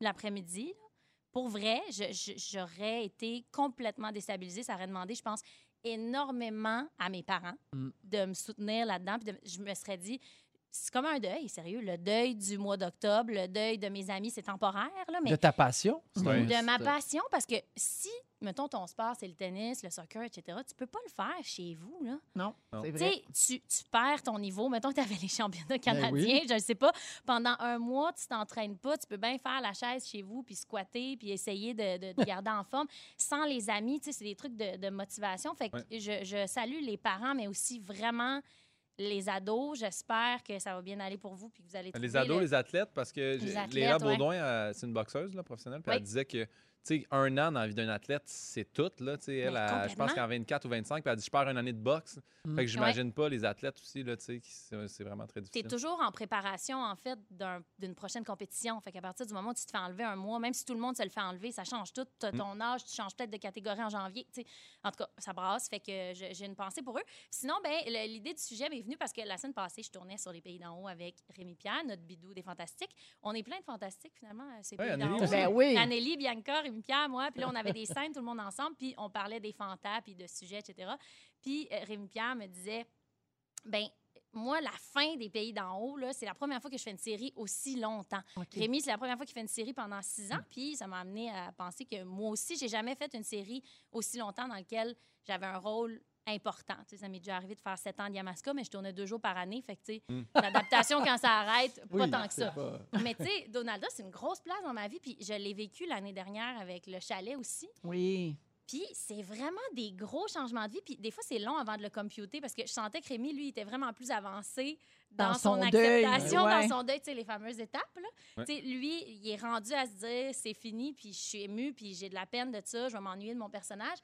l'après-midi, là, pour vrai, je- je- j'aurais été complètement déstabilisée. Ça aurait demandé, je pense, énormément à mes parents Mm. de me soutenir là-dedans. puis de- je me serais dit, c'est comme un deuil, sérieux. Le deuil du mois d'octobre, le deuil de mes amis, c'est temporaire, là, mais De ta passion? Oui. un- de ma c'est- passion, parce que si, mettons, ton sport, c'est le tennis, le soccer, etc., tu peux pas le faire chez vous, là. Non, Non. c'est Tu vrai. sais, tu, tu perds ton niveau. Mettons que tu avais les championnats canadiens, oui. je ne sais pas. Pendant un mois, tu t'entraînes pas. Tu peux bien faire la chaise chez vous, puis squatter, puis essayer de, de te garder en forme. Sans les amis, tu sais, c'est des trucs de, de motivation. Fait que je, je salue les parents, mais aussi vraiment les ados. J'espère que ça va bien aller pour vous, puis que vous allez trouver Les ados, le- les athlètes, parce que Les j'ai- athlètes, Léa ouais. Baudouin, elle- c'est une boxeuse là, professionnelle, puis Oui. elle disait que, tu sais, un an dans la vie d'un athlète, c'est tout, là, tu sais. Elle, Mais elle, je pense complètement. qu'en 24 ou 25, puis elle dit, je perds une année de boxe. Mm. Fait que j'imagine pas les athlètes aussi, là, tu sais, qui- c'est c'est vraiment très Tu difficile. es toujours en préparation, en fait, d'un- d'une prochaine compétition. Fait qu'à partir du moment où tu te fais enlever un mois, même si tout le monde se le fait enlever, ça change tout. T'as Mm. ton âge, tu changes peut-être de catégorie en janvier. Tu sais, En tout cas, ça brasse. Fait que je- j'ai une pensée pour eux. Sinon, ben, le- l'idée du sujet m'est venue parce que la semaine passée, je tournais sur les Pays d'en haut avec Rémi Pierre, notre bidou des Fantastiques. On est plein de Fantastiques, finalement, à ces Ouais, Pays d'en Anneli haut. aussi. Ben oui. Anneli, Bianca, Rémi Pierre, moi. Puis là, on avait des scènes, tout le monde ensemble. Puis on parlait des fantas, puis de sujets, etc. Puis euh, Rémi Pierre me disait ben moi, la fin des pays d'en haut, là, c'est la première fois que je fais une série aussi longtemps. OK. Rémi, c'est la première fois qu'il fait une série pendant six ans, puis ça m'a amené à penser que moi aussi, j'ai jamais fait une série aussi longtemps dans laquelle j'avais un rôle important. Tu sais, ça m'est déjà arrivé de faire sept ans à Yamaska, mais je tournais deux jours par année. Fait que, tu sais, Mm. l'adaptation, quand ça arrête, pas Oui, tant que c'est ça. pas- Mais tu sais, Donalda, c'est une grosse place dans ma vie, puis je l'ai vécu l'année dernière avec le chalet aussi. Oui. Puis c'est vraiment des gros changements de vie. Puis des fois, c'est long avant de le computer parce que je sentais que Rémi, lui, était vraiment plus avancé dans, Dans son, son deuil, acceptation, ouais. dans son deuil, tu sais, les fameuses étapes. Là. Ouais. Tu sais, Lui, il est rendu à se dire c'est fini, puis je suis émue, puis j'ai de la peine de ça, je vais m'ennuyer de mon personnage.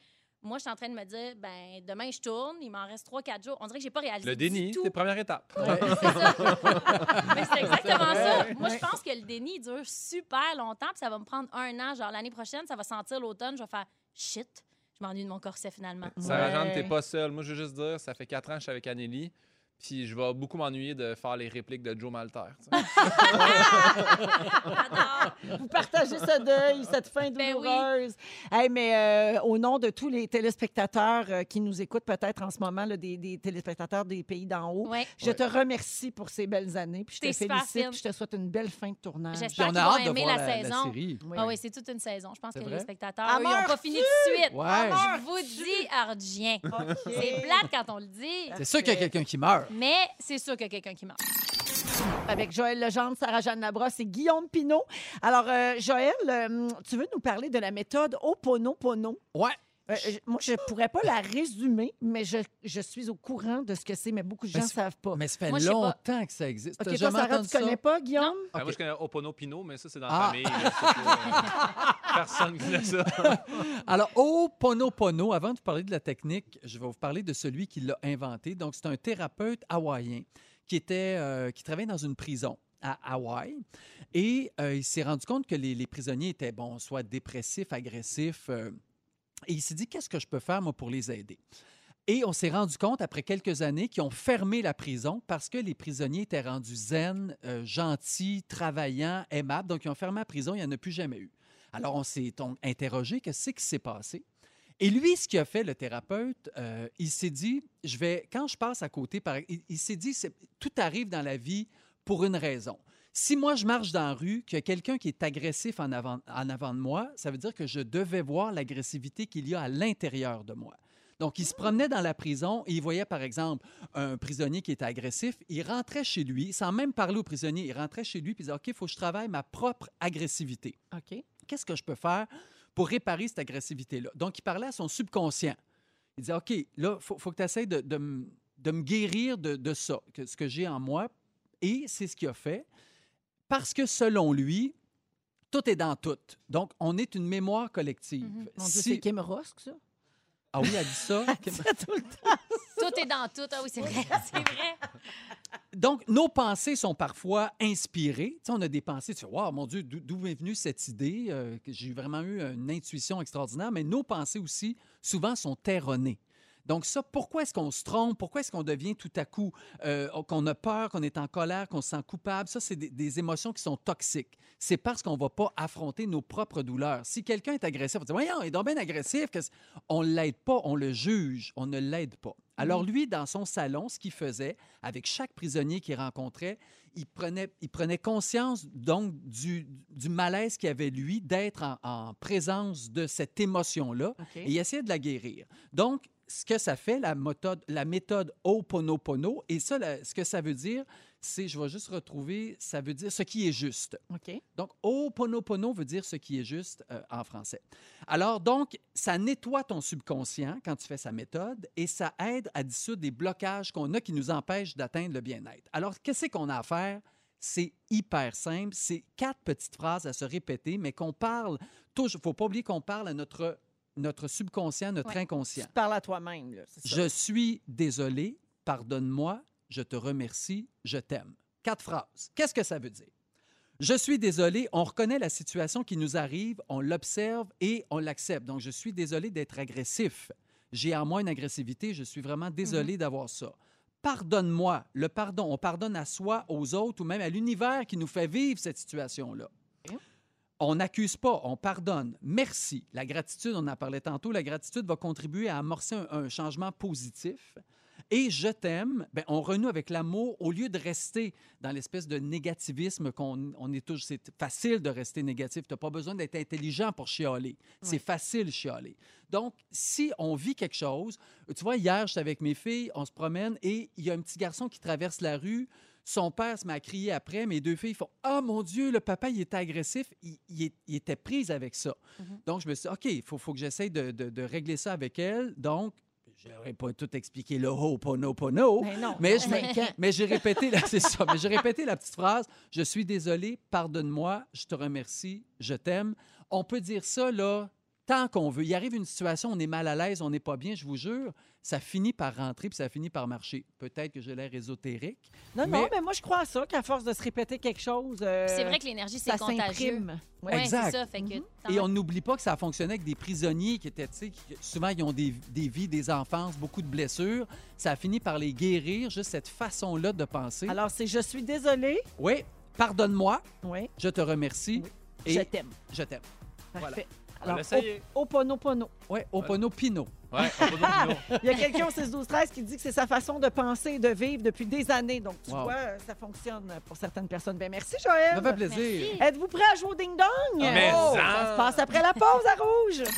Moi, je suis en train de me dire ben demain, je tourne, il m'en reste 3-4 jours. On dirait que j'ai pas réalisé. Le du déni, tout. c'est première étape. Mais c'est exactement ça. Ouais. Moi, je Ouais. pense que le déni il dure super longtemps, puis ça va me prendre un an. Genre, l'année prochaine, ça va sentir l'automne, je vais faire shit, je m'ennuie de mon corset finalement. Sarah Ouais. Jeanne, t'es pas seule. Moi, je veux juste dire, ça fait quatre ans que je suis avec Anneli, puis je vais beaucoup m'ennuyer de faire les répliques de Joe Malter. tu sais. J'adore. Vous partagez ce deuil, cette fin Ben oui. douloureuse. Hey, mais euh, au nom de tous les téléspectateurs euh, qui nous écoutent peut-être en ce moment, là, des, des téléspectateurs des pays d'en haut, Ouais. je te remercie pour ces belles années. Puis je T'es te super félicite. fine. puis je te souhaite une belle fin de tournage. Puis J'espère on qu'ils a vont hâte de aimer voir la, la, la saison. série. Oui. Ah oui, c'est toute une saison. Je pense C'est que vrai? les spectateurs, Ah, eux, ils n'ont pas meurs-tu? fini tout de suite. Ouais. Je vous dis, Ardien. OK. C'est plate quand on le dit, C'est sûr qu'il y a quelqu'un qui meurt. mais c'est sûr qu'il y a quelqu'un qui meurt. Avec Joël Legendre, Sarah-Jeanne Labrosse et Guillaume Pinault. Alors, euh, Joël, euh, tu veux nous parler de la méthode Ho'oponopono? Ouais. Euh, je- moi, je pourrais pas la résumer, mais je, je suis au courant de ce que c'est, mais beaucoup de gens Mais ne c'est- savent pas. Mais ça fait Moi, je sais pas. longtemps que ça existe. T'as OK, toi, jamais Sarah, entendu tu connais ça? pas, Guillaume? Ah, moi, Ok. je connais Opono Pino, mais ça, c'est dans Ah. la famille. là, c'est pas, euh, Personne connaît ça. Alors, Ho'oponopono, avant de vous parler de la technique, je vais vous parler de celui qui l'a inventé. Donc, c'est un thérapeute hawaïen qui, était, euh, qui travaillait dans une prison à Hawaï. Et euh, il s'est rendu compte que les, les prisonniers étaient, bon, soit dépressifs, agressifs. euh, et il s'est dit, qu'est-ce que je peux faire, moi, pour les aider? Et on s'est rendu compte, après quelques années, qu'ils ont fermé la prison parce que les prisonniers étaient rendus zen, euh, gentils, travaillants, aimables. Donc, ils ont fermé la prison, il n'y en a plus jamais eu. Alors, on s'est donc interrogé, qu'est-ce qui s'est passé? Et lui, ce qu'il a fait, le thérapeute, euh, il s'est dit, je vais, quand je passe à côté, par, il, il s'est dit, c'est- tout arrive dans la vie pour une raison. Si moi, je marche dans la rue, qu'il y a quelqu'un qui est agressif en avant, en avant de moi, ça veut dire que je devais voir l'agressivité qu'il y a à l'intérieur de moi. Donc, il se promenait dans la prison et il voyait, par exemple, un prisonnier qui était agressif. Il rentrait chez lui, sans même parler au prisonnier, il rentrait chez lui et disait, OK, il faut que je travaille ma propre agressivité OK. qu'est-ce que je peux faire pour réparer cette agressivité-là? Donc, il parlait à son subconscient Il disait, OK, là, il faut, faut que tu essaies de, de, m- de me guérir de, de ça, que, ce que j'ai en moi. Et c'est ce qu'il a fait. Parce que selon lui, tout est dans tout. Donc, on est une mémoire collective. Mm-hmm. Mon Dieu, Si- c'est Kim Rosk, *laughs* ça. Ah oui, elle *laughs* dit ça. tout le temps. Tout est dans tout. Ah oui, c'est vrai. *laughs* C'est vrai. Donc, nos pensées sont parfois inspirées. Tu sais, on a des pensées, tu fais, wow, mon Dieu, d'o- d'où m'est venue cette idée? Euh, que J'ai vraiment eu une intuition extraordinaire, mais nos pensées aussi, souvent, sont erronées. Donc, ça, pourquoi est-ce qu'on se trompe? Pourquoi est-ce qu'on devient tout à coup, euh, qu'on a peur, qu'on est en colère, qu'on se sent coupable? Ça, c'est des, des émotions qui sont toxiques. C'est parce qu'on ne va pas affronter nos propres douleurs. Si quelqu'un est agressif, on dit, voyons, il est donc bien agressif. qu'est-ce- On ne l'aide pas, on le juge, on ne l'aide pas. Alors, lui, dans son salon, ce qu'il faisait, avec chaque prisonnier qu'il rencontrait, il prenait, il prenait conscience donc du, du malaise qu'il avait, lui, d'être en, en présence de cette émotion-là OK. et il essayait de la guérir. Donc, ce que ça fait, la méthode, la méthode Ho'oponopono, et ça, la- ce que ça veut dire, c'est, je vais juste retrouver, ça veut dire ce qui est juste. OK. Donc, Ho'oponopono veut dire ce qui est juste euh, en français. Alors, donc, ça nettoie ton subconscient quand tu fais sa méthode et ça aide à dissoudre des blocages qu'on a qui nous empêchent d'atteindre le bien-être. Alors, qu'est-ce qu'on a à faire? C'est hyper simple. C'est quatre petites phrases à se répéter, mais qu'on parle toujours. faut pas oublier qu'on parle à notre, notre subconscient, notre Ouais. inconscient. Tu te parles à toi-même, là. c'est ça. Je suis désolé, pardonne-moi, je te remercie, je t'aime. Quatre phrases. Qu'est-ce que ça veut dire? Je suis désolé, on reconnaît la situation qui nous arrive, on l'observe et on l'accepte. Donc, je suis désolé d'être agressif. J'ai en moi une agressivité, je suis vraiment Mhm. désolé d'avoir ça. Pardonne-moi, le pardon, on pardonne à soi, aux autres ou même à l'univers qui nous fait vivre cette situation-là. On n'accuse pas, on pardonne. Merci. La gratitude, on en parlait tantôt, la gratitude va contribuer à amorcer un, un changement positif. Et je t'aime, ben, on renoue avec l'amour au lieu de rester dans l'espèce de négativisme qu'on on est toujours. C'est facile de rester négatif. Tu n'as pas besoin d'être intelligent pour chialer. C'est facile chialer. Donc, si on vit quelque chose, tu vois, hier, j'étais avec mes filles, on se promène et il y a un petit garçon qui traverse la rue. Son père se met à crier après. Mes deux filles font Ah mon Dieu, le papa, il était agressif. Il, il est- il était prise avec ça. Donc, je me suis dit OK, il faut, faut que j'essaye de, de- de régler ça avec elle. Donc, je n'aurais pas tout expliqué le Ho'oponopono. Mais non. Mais, non, je me- mais j'ai répété, la, *laughs* c'est ça, mais j'ai répété la petite phrase Je suis désolé, pardonne-moi, je te remercie, je t'aime. On peut dire ça, là, tant qu'on veut. Il arrive une situation, on est mal à l'aise, on n'est pas bien, je vous jure, ça finit par rentrer puis ça finit par marcher. Peut-être que j'ai l'air ésotérique. Non, non, Mais- mais moi, je crois à ça, qu'à force de se répéter quelque chose, euh, Puis C'est vrai que l'énergie, c'est ça contagieux. s'imprime. Mhm. Ouais, Ouais. Exact. c'est ça. Fait que, tant Et on n'oublie pas que ça a fonctionné avec des prisonniers qui étaient, tu sais, qui- souvent ils ont des, des vies, des enfances, beaucoup de blessures. Ça a fini par les guérir, juste cette façon-là de penser. Alors, c'est je suis désolée. oui, pardonne-moi, Oui. je te remercie. Oui. Et Je t'aime. je t'aime. Parfait. On va Alors, l'essayer. au pono pono. Ouais, Oponopono. Ouais, on va dire *laughs* non. Il y a quelqu'un au 6 12 13 qui dit que c'est sa façon de penser et de vivre depuis des années. Donc, tu Wow. vois, euh, ça fonctionne pour certaines personnes. Ben, merci, Joël. Ça fait plaisir. Merci. Êtes-vous prêt à jouer au ding-dong? Oh! Mais ça ça! se passe après la pause à rouge.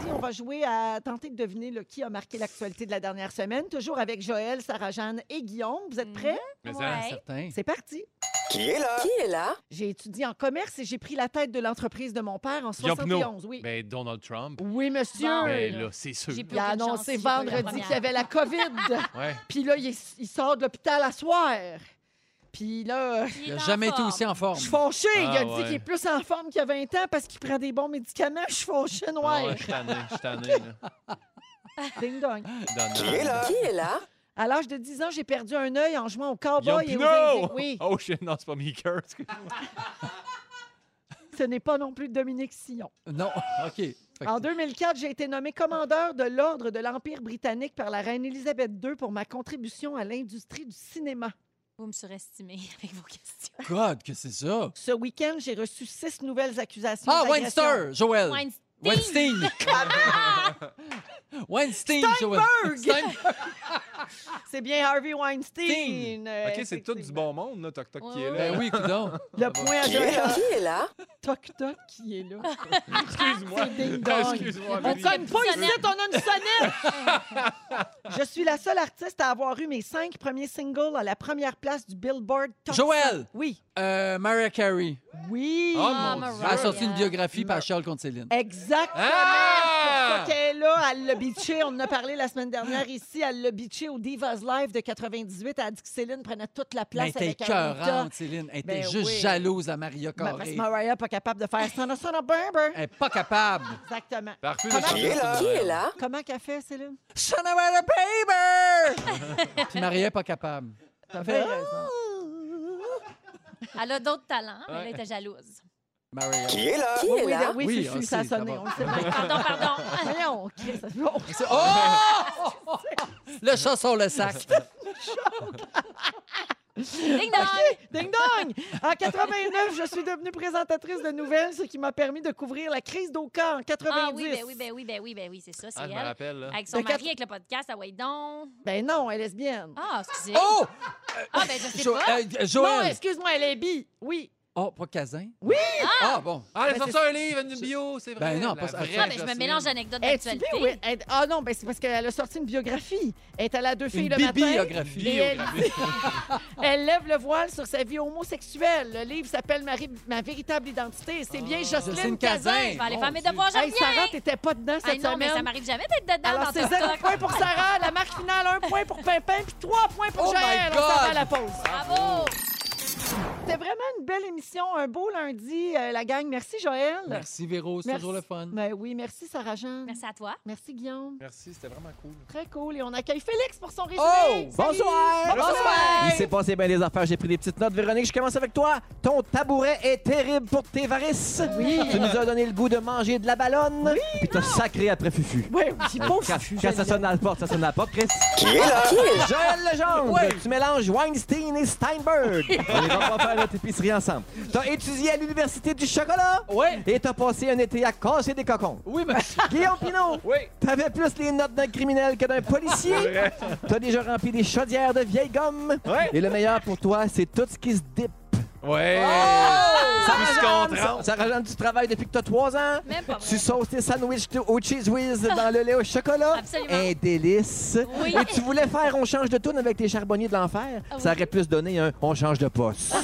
Puis On va jouer à tenter de deviner le qui a marqué l'actualité de la dernière semaine, toujours avec Joël, Sarah-Jeanne et Guillaume. Vous êtes prêts? Mais hein, Ouais. ça, Certain. C'est parti. Qui est là? Qui est là? J'ai étudié en commerce et j'ai pris la tête de l'entreprise de mon père en Guillaume Pinot. 71. Oui, Ben, Donald Trump. oui monsieur. Bon. Mais là. là, c'est sûr. J'ai plus Il a aucune annoncé chance, j'ai pas eu la vendredi première. qu'il y avait la *laughs* COVID. Ouais. Puis là, il, est- il sort de l'hôpital à soir. Puis là, Il est Il n'a en jamais été forme. aussi en forme. je suis fâchée. il a Ah, dit ouais. qu'il est plus en forme qu'il y a 20 ans parce qu'il prend des bons médicaments. *laughs* Je suis fâchée noire. Ah ouais, je suis tanné, je suis tanné. là. *laughs* Ding dong. Donald. Qui est là? Qui est là? À l'âge de 10 ans, j'ai perdu un œil en jouant au Guillaume cowboy et aux Indiens. Pinot! Oui, Oh shit, non, c'est pas Meeker. ce n'est pas non plus Dominique Sillon. *laughs* Non, OK. Fait que- En 2004, j'ai été nommé commandeur de l'Ordre de l'Empire britannique par la reine Élisabeth II pour ma contribution à l'industrie du cinéma. Vous me surestimez *laughs* avec vos questions. God, que c'est ça? Ce week-end, j'ai reçu six nouvelles accusations. Ah, d'agression. Weinster, Joël. Weinstein. *laughs* Weinstein. Weinstein, Joël. Stein- C'est bien Harvey Weinstein. euh, OK, c'est tout du effectivement. bon monde, là, Toc Toc qui est Ouais, là. Ben oui, coudon. Ah, Le point à Qui est là? Joël. Qui est là? Toc toc qui est là. Excuse-moi. C'est *laughs* ding-dong. Excuse-moi, On Valérie. cogne pas ici, sonnette. on a une sonnette! *laughs* Je suis la seule artiste à avoir eu mes cinq premiers singles à la première place du Billboard Top 100. Joël! Oui. Euh, Mariah Carey. Oui! Oh, Ah, mon Elle a sorti Mariah. une biographie par Charles contre Céline. Exactement! Ah! C'est pour ça qu'elle est là. Elle l'a bitché. On en a parlé la semaine dernière ici. Elle l'a bitché au Divas Live de 98. Elle a dit que Céline prenait toute la Mais place elle avec était Anita. écœurante, Céline. Elle était Ben juste oui. jalouse à Maria Ma- Parce Carey. que Mariah pas capable de faire Sana Sana Berber. Elle n'est *laughs* pas capable. ben, Exactement. Parfait, Comment- monsieur. Qui est là? Qui est là? Comment qu'elle fait, Céline? Son of a paper! Puis Maria est pas capable. T'as bien raison. Elle a d'autres talents, mais là, Ouais. elle était jalouse. Maria. Qui est Ah, là? Qui Oui, est oui, là? oui, Oui, Fufu, on le ça a sait, ça sonné. va. On le sait bien. Pardon, pardon. Voyons, Chris, ça fait- C'est- Oh! *laughs* Le chat sur le sac. Ding dong! Ding dong! En 89, je suis devenue présentatrice de nouvelles, ce qui m'a permis de couvrir la crise d'Oka en 90. Ah oui, ben oui, ben oui, ben oui, ben oui, c'est ça, c'est Ah, je hein? me elle. rappelle, là. Avec son De quatre- mari, avec le podcast ah, à Waydon. Ben non, elle est lesbienne. Ah, excusez. *laughs* Oh! Ah, ben je sais Jo- pas. euh, non, Joël! excuse-moi, elle est bi. Oui. Oh, pas Casin? Oui! Ah, bon. Ah, elle a Ben, sorti c'est- un livre, une bio, c'est vrai. Ben non, la pas ça. vraie Ah, ben je me Jocelyne. mélange d'anecdotes Elle est d'actualité. bi ou elle- elle- Ah non, ben c'est parce qu'elle a sorti une biographie. Elle est allée à deux filles Une le matin. bibliographie. Et elle, elle lève le voile sur sa vie homosexuelle. Le livre s'appelle Marie- Ma véritable identité. C'est bien Jocelyne Jocelyne Cazin. Cazin. Je vais aller Mon faire mes Dieu. devoirs, je Hey, Sarah, reviens. t'étais pas dedans Ah cette non, mais ça semaine. m'arrive jamais d'être dedans Alors, dans c'est ton zéro stock. point pour Sarah, la marque finale, un point pour Pimpin, puis trois points pour Oh my Joël. On s'en va à la pause. Bravo! C'était vraiment une belle émission, un beau lundi, euh, la gang. Merci, Joël. Merci, Véro. C'est Merci. toujours le fun. Ben oui, merci, Sarah-Jeanne. Merci. Merci à toi. Guillaume. Merci, c'était vraiment cool. Très cool. Et on accueille Félix pour son résumé. Oh! Salut. Bonsoir! Bonsoir. Il s'est passé bien des affaires, j'ai pris des petites notes. Véronique, je commence avec toi. Ton tabouret est terrible pour tes varices. Oui. Tu nous as donné le goût de manger de la ballonne. Puis t'as sacré après Fufu. Oui, oui, Quand, beau quand Fufu, ça j'aime sonne à la porte, ça sonne à la porte, Chris. Qui est là? Qui est là? Joël Legendre, tu mélanges Weinstein et Steinberg. On va pas faire notre épicerie ensemble. T'as étudié à l'Université du chocolat. Ouais. Et t'as passé un été à casser des cocons. Oui, mais Guillaume Pinot, Oui. t'avais plus les notes d'un criminel que d'un policier. T'as déjà rempli des chaudières de vieilles gommes. Ouais. Et le meilleur pour toi, c'est tout ce qui se dip. Ouais. Tout ce Sarah qu'on Jeanne, trempe. Sarah Jeanne, tu travailles depuis que t'as 3 ans. Même pas Tu vrai. sauces tes sandwichs de- au cheese whiz dans le lait au chocolat. Absolument. Un délice. Oui. Et tu voulais faire On change de tourne avec tes charbonniers de l'enfer. Ah oui. Ah. Ça aurait plus donné un On change de poste.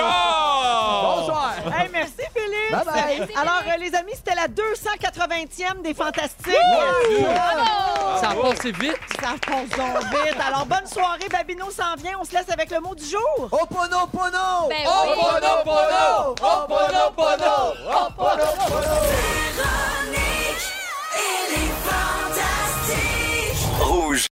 Non! Non! Bonsoir. Hey, merci, Félix. Bye bye. Alors, euh, les amis, c'était la 280e des Fantastiques. ça a passé vite. Ça fonce donc vite. Alors, bonne soirée. Babino s'en vient. On se laisse avec le mot du jour. Oh, pono, pono! Ben Oh, oui. bono, bono! Oh, bono, bono! Véronique, elle est fantastique. Rouge.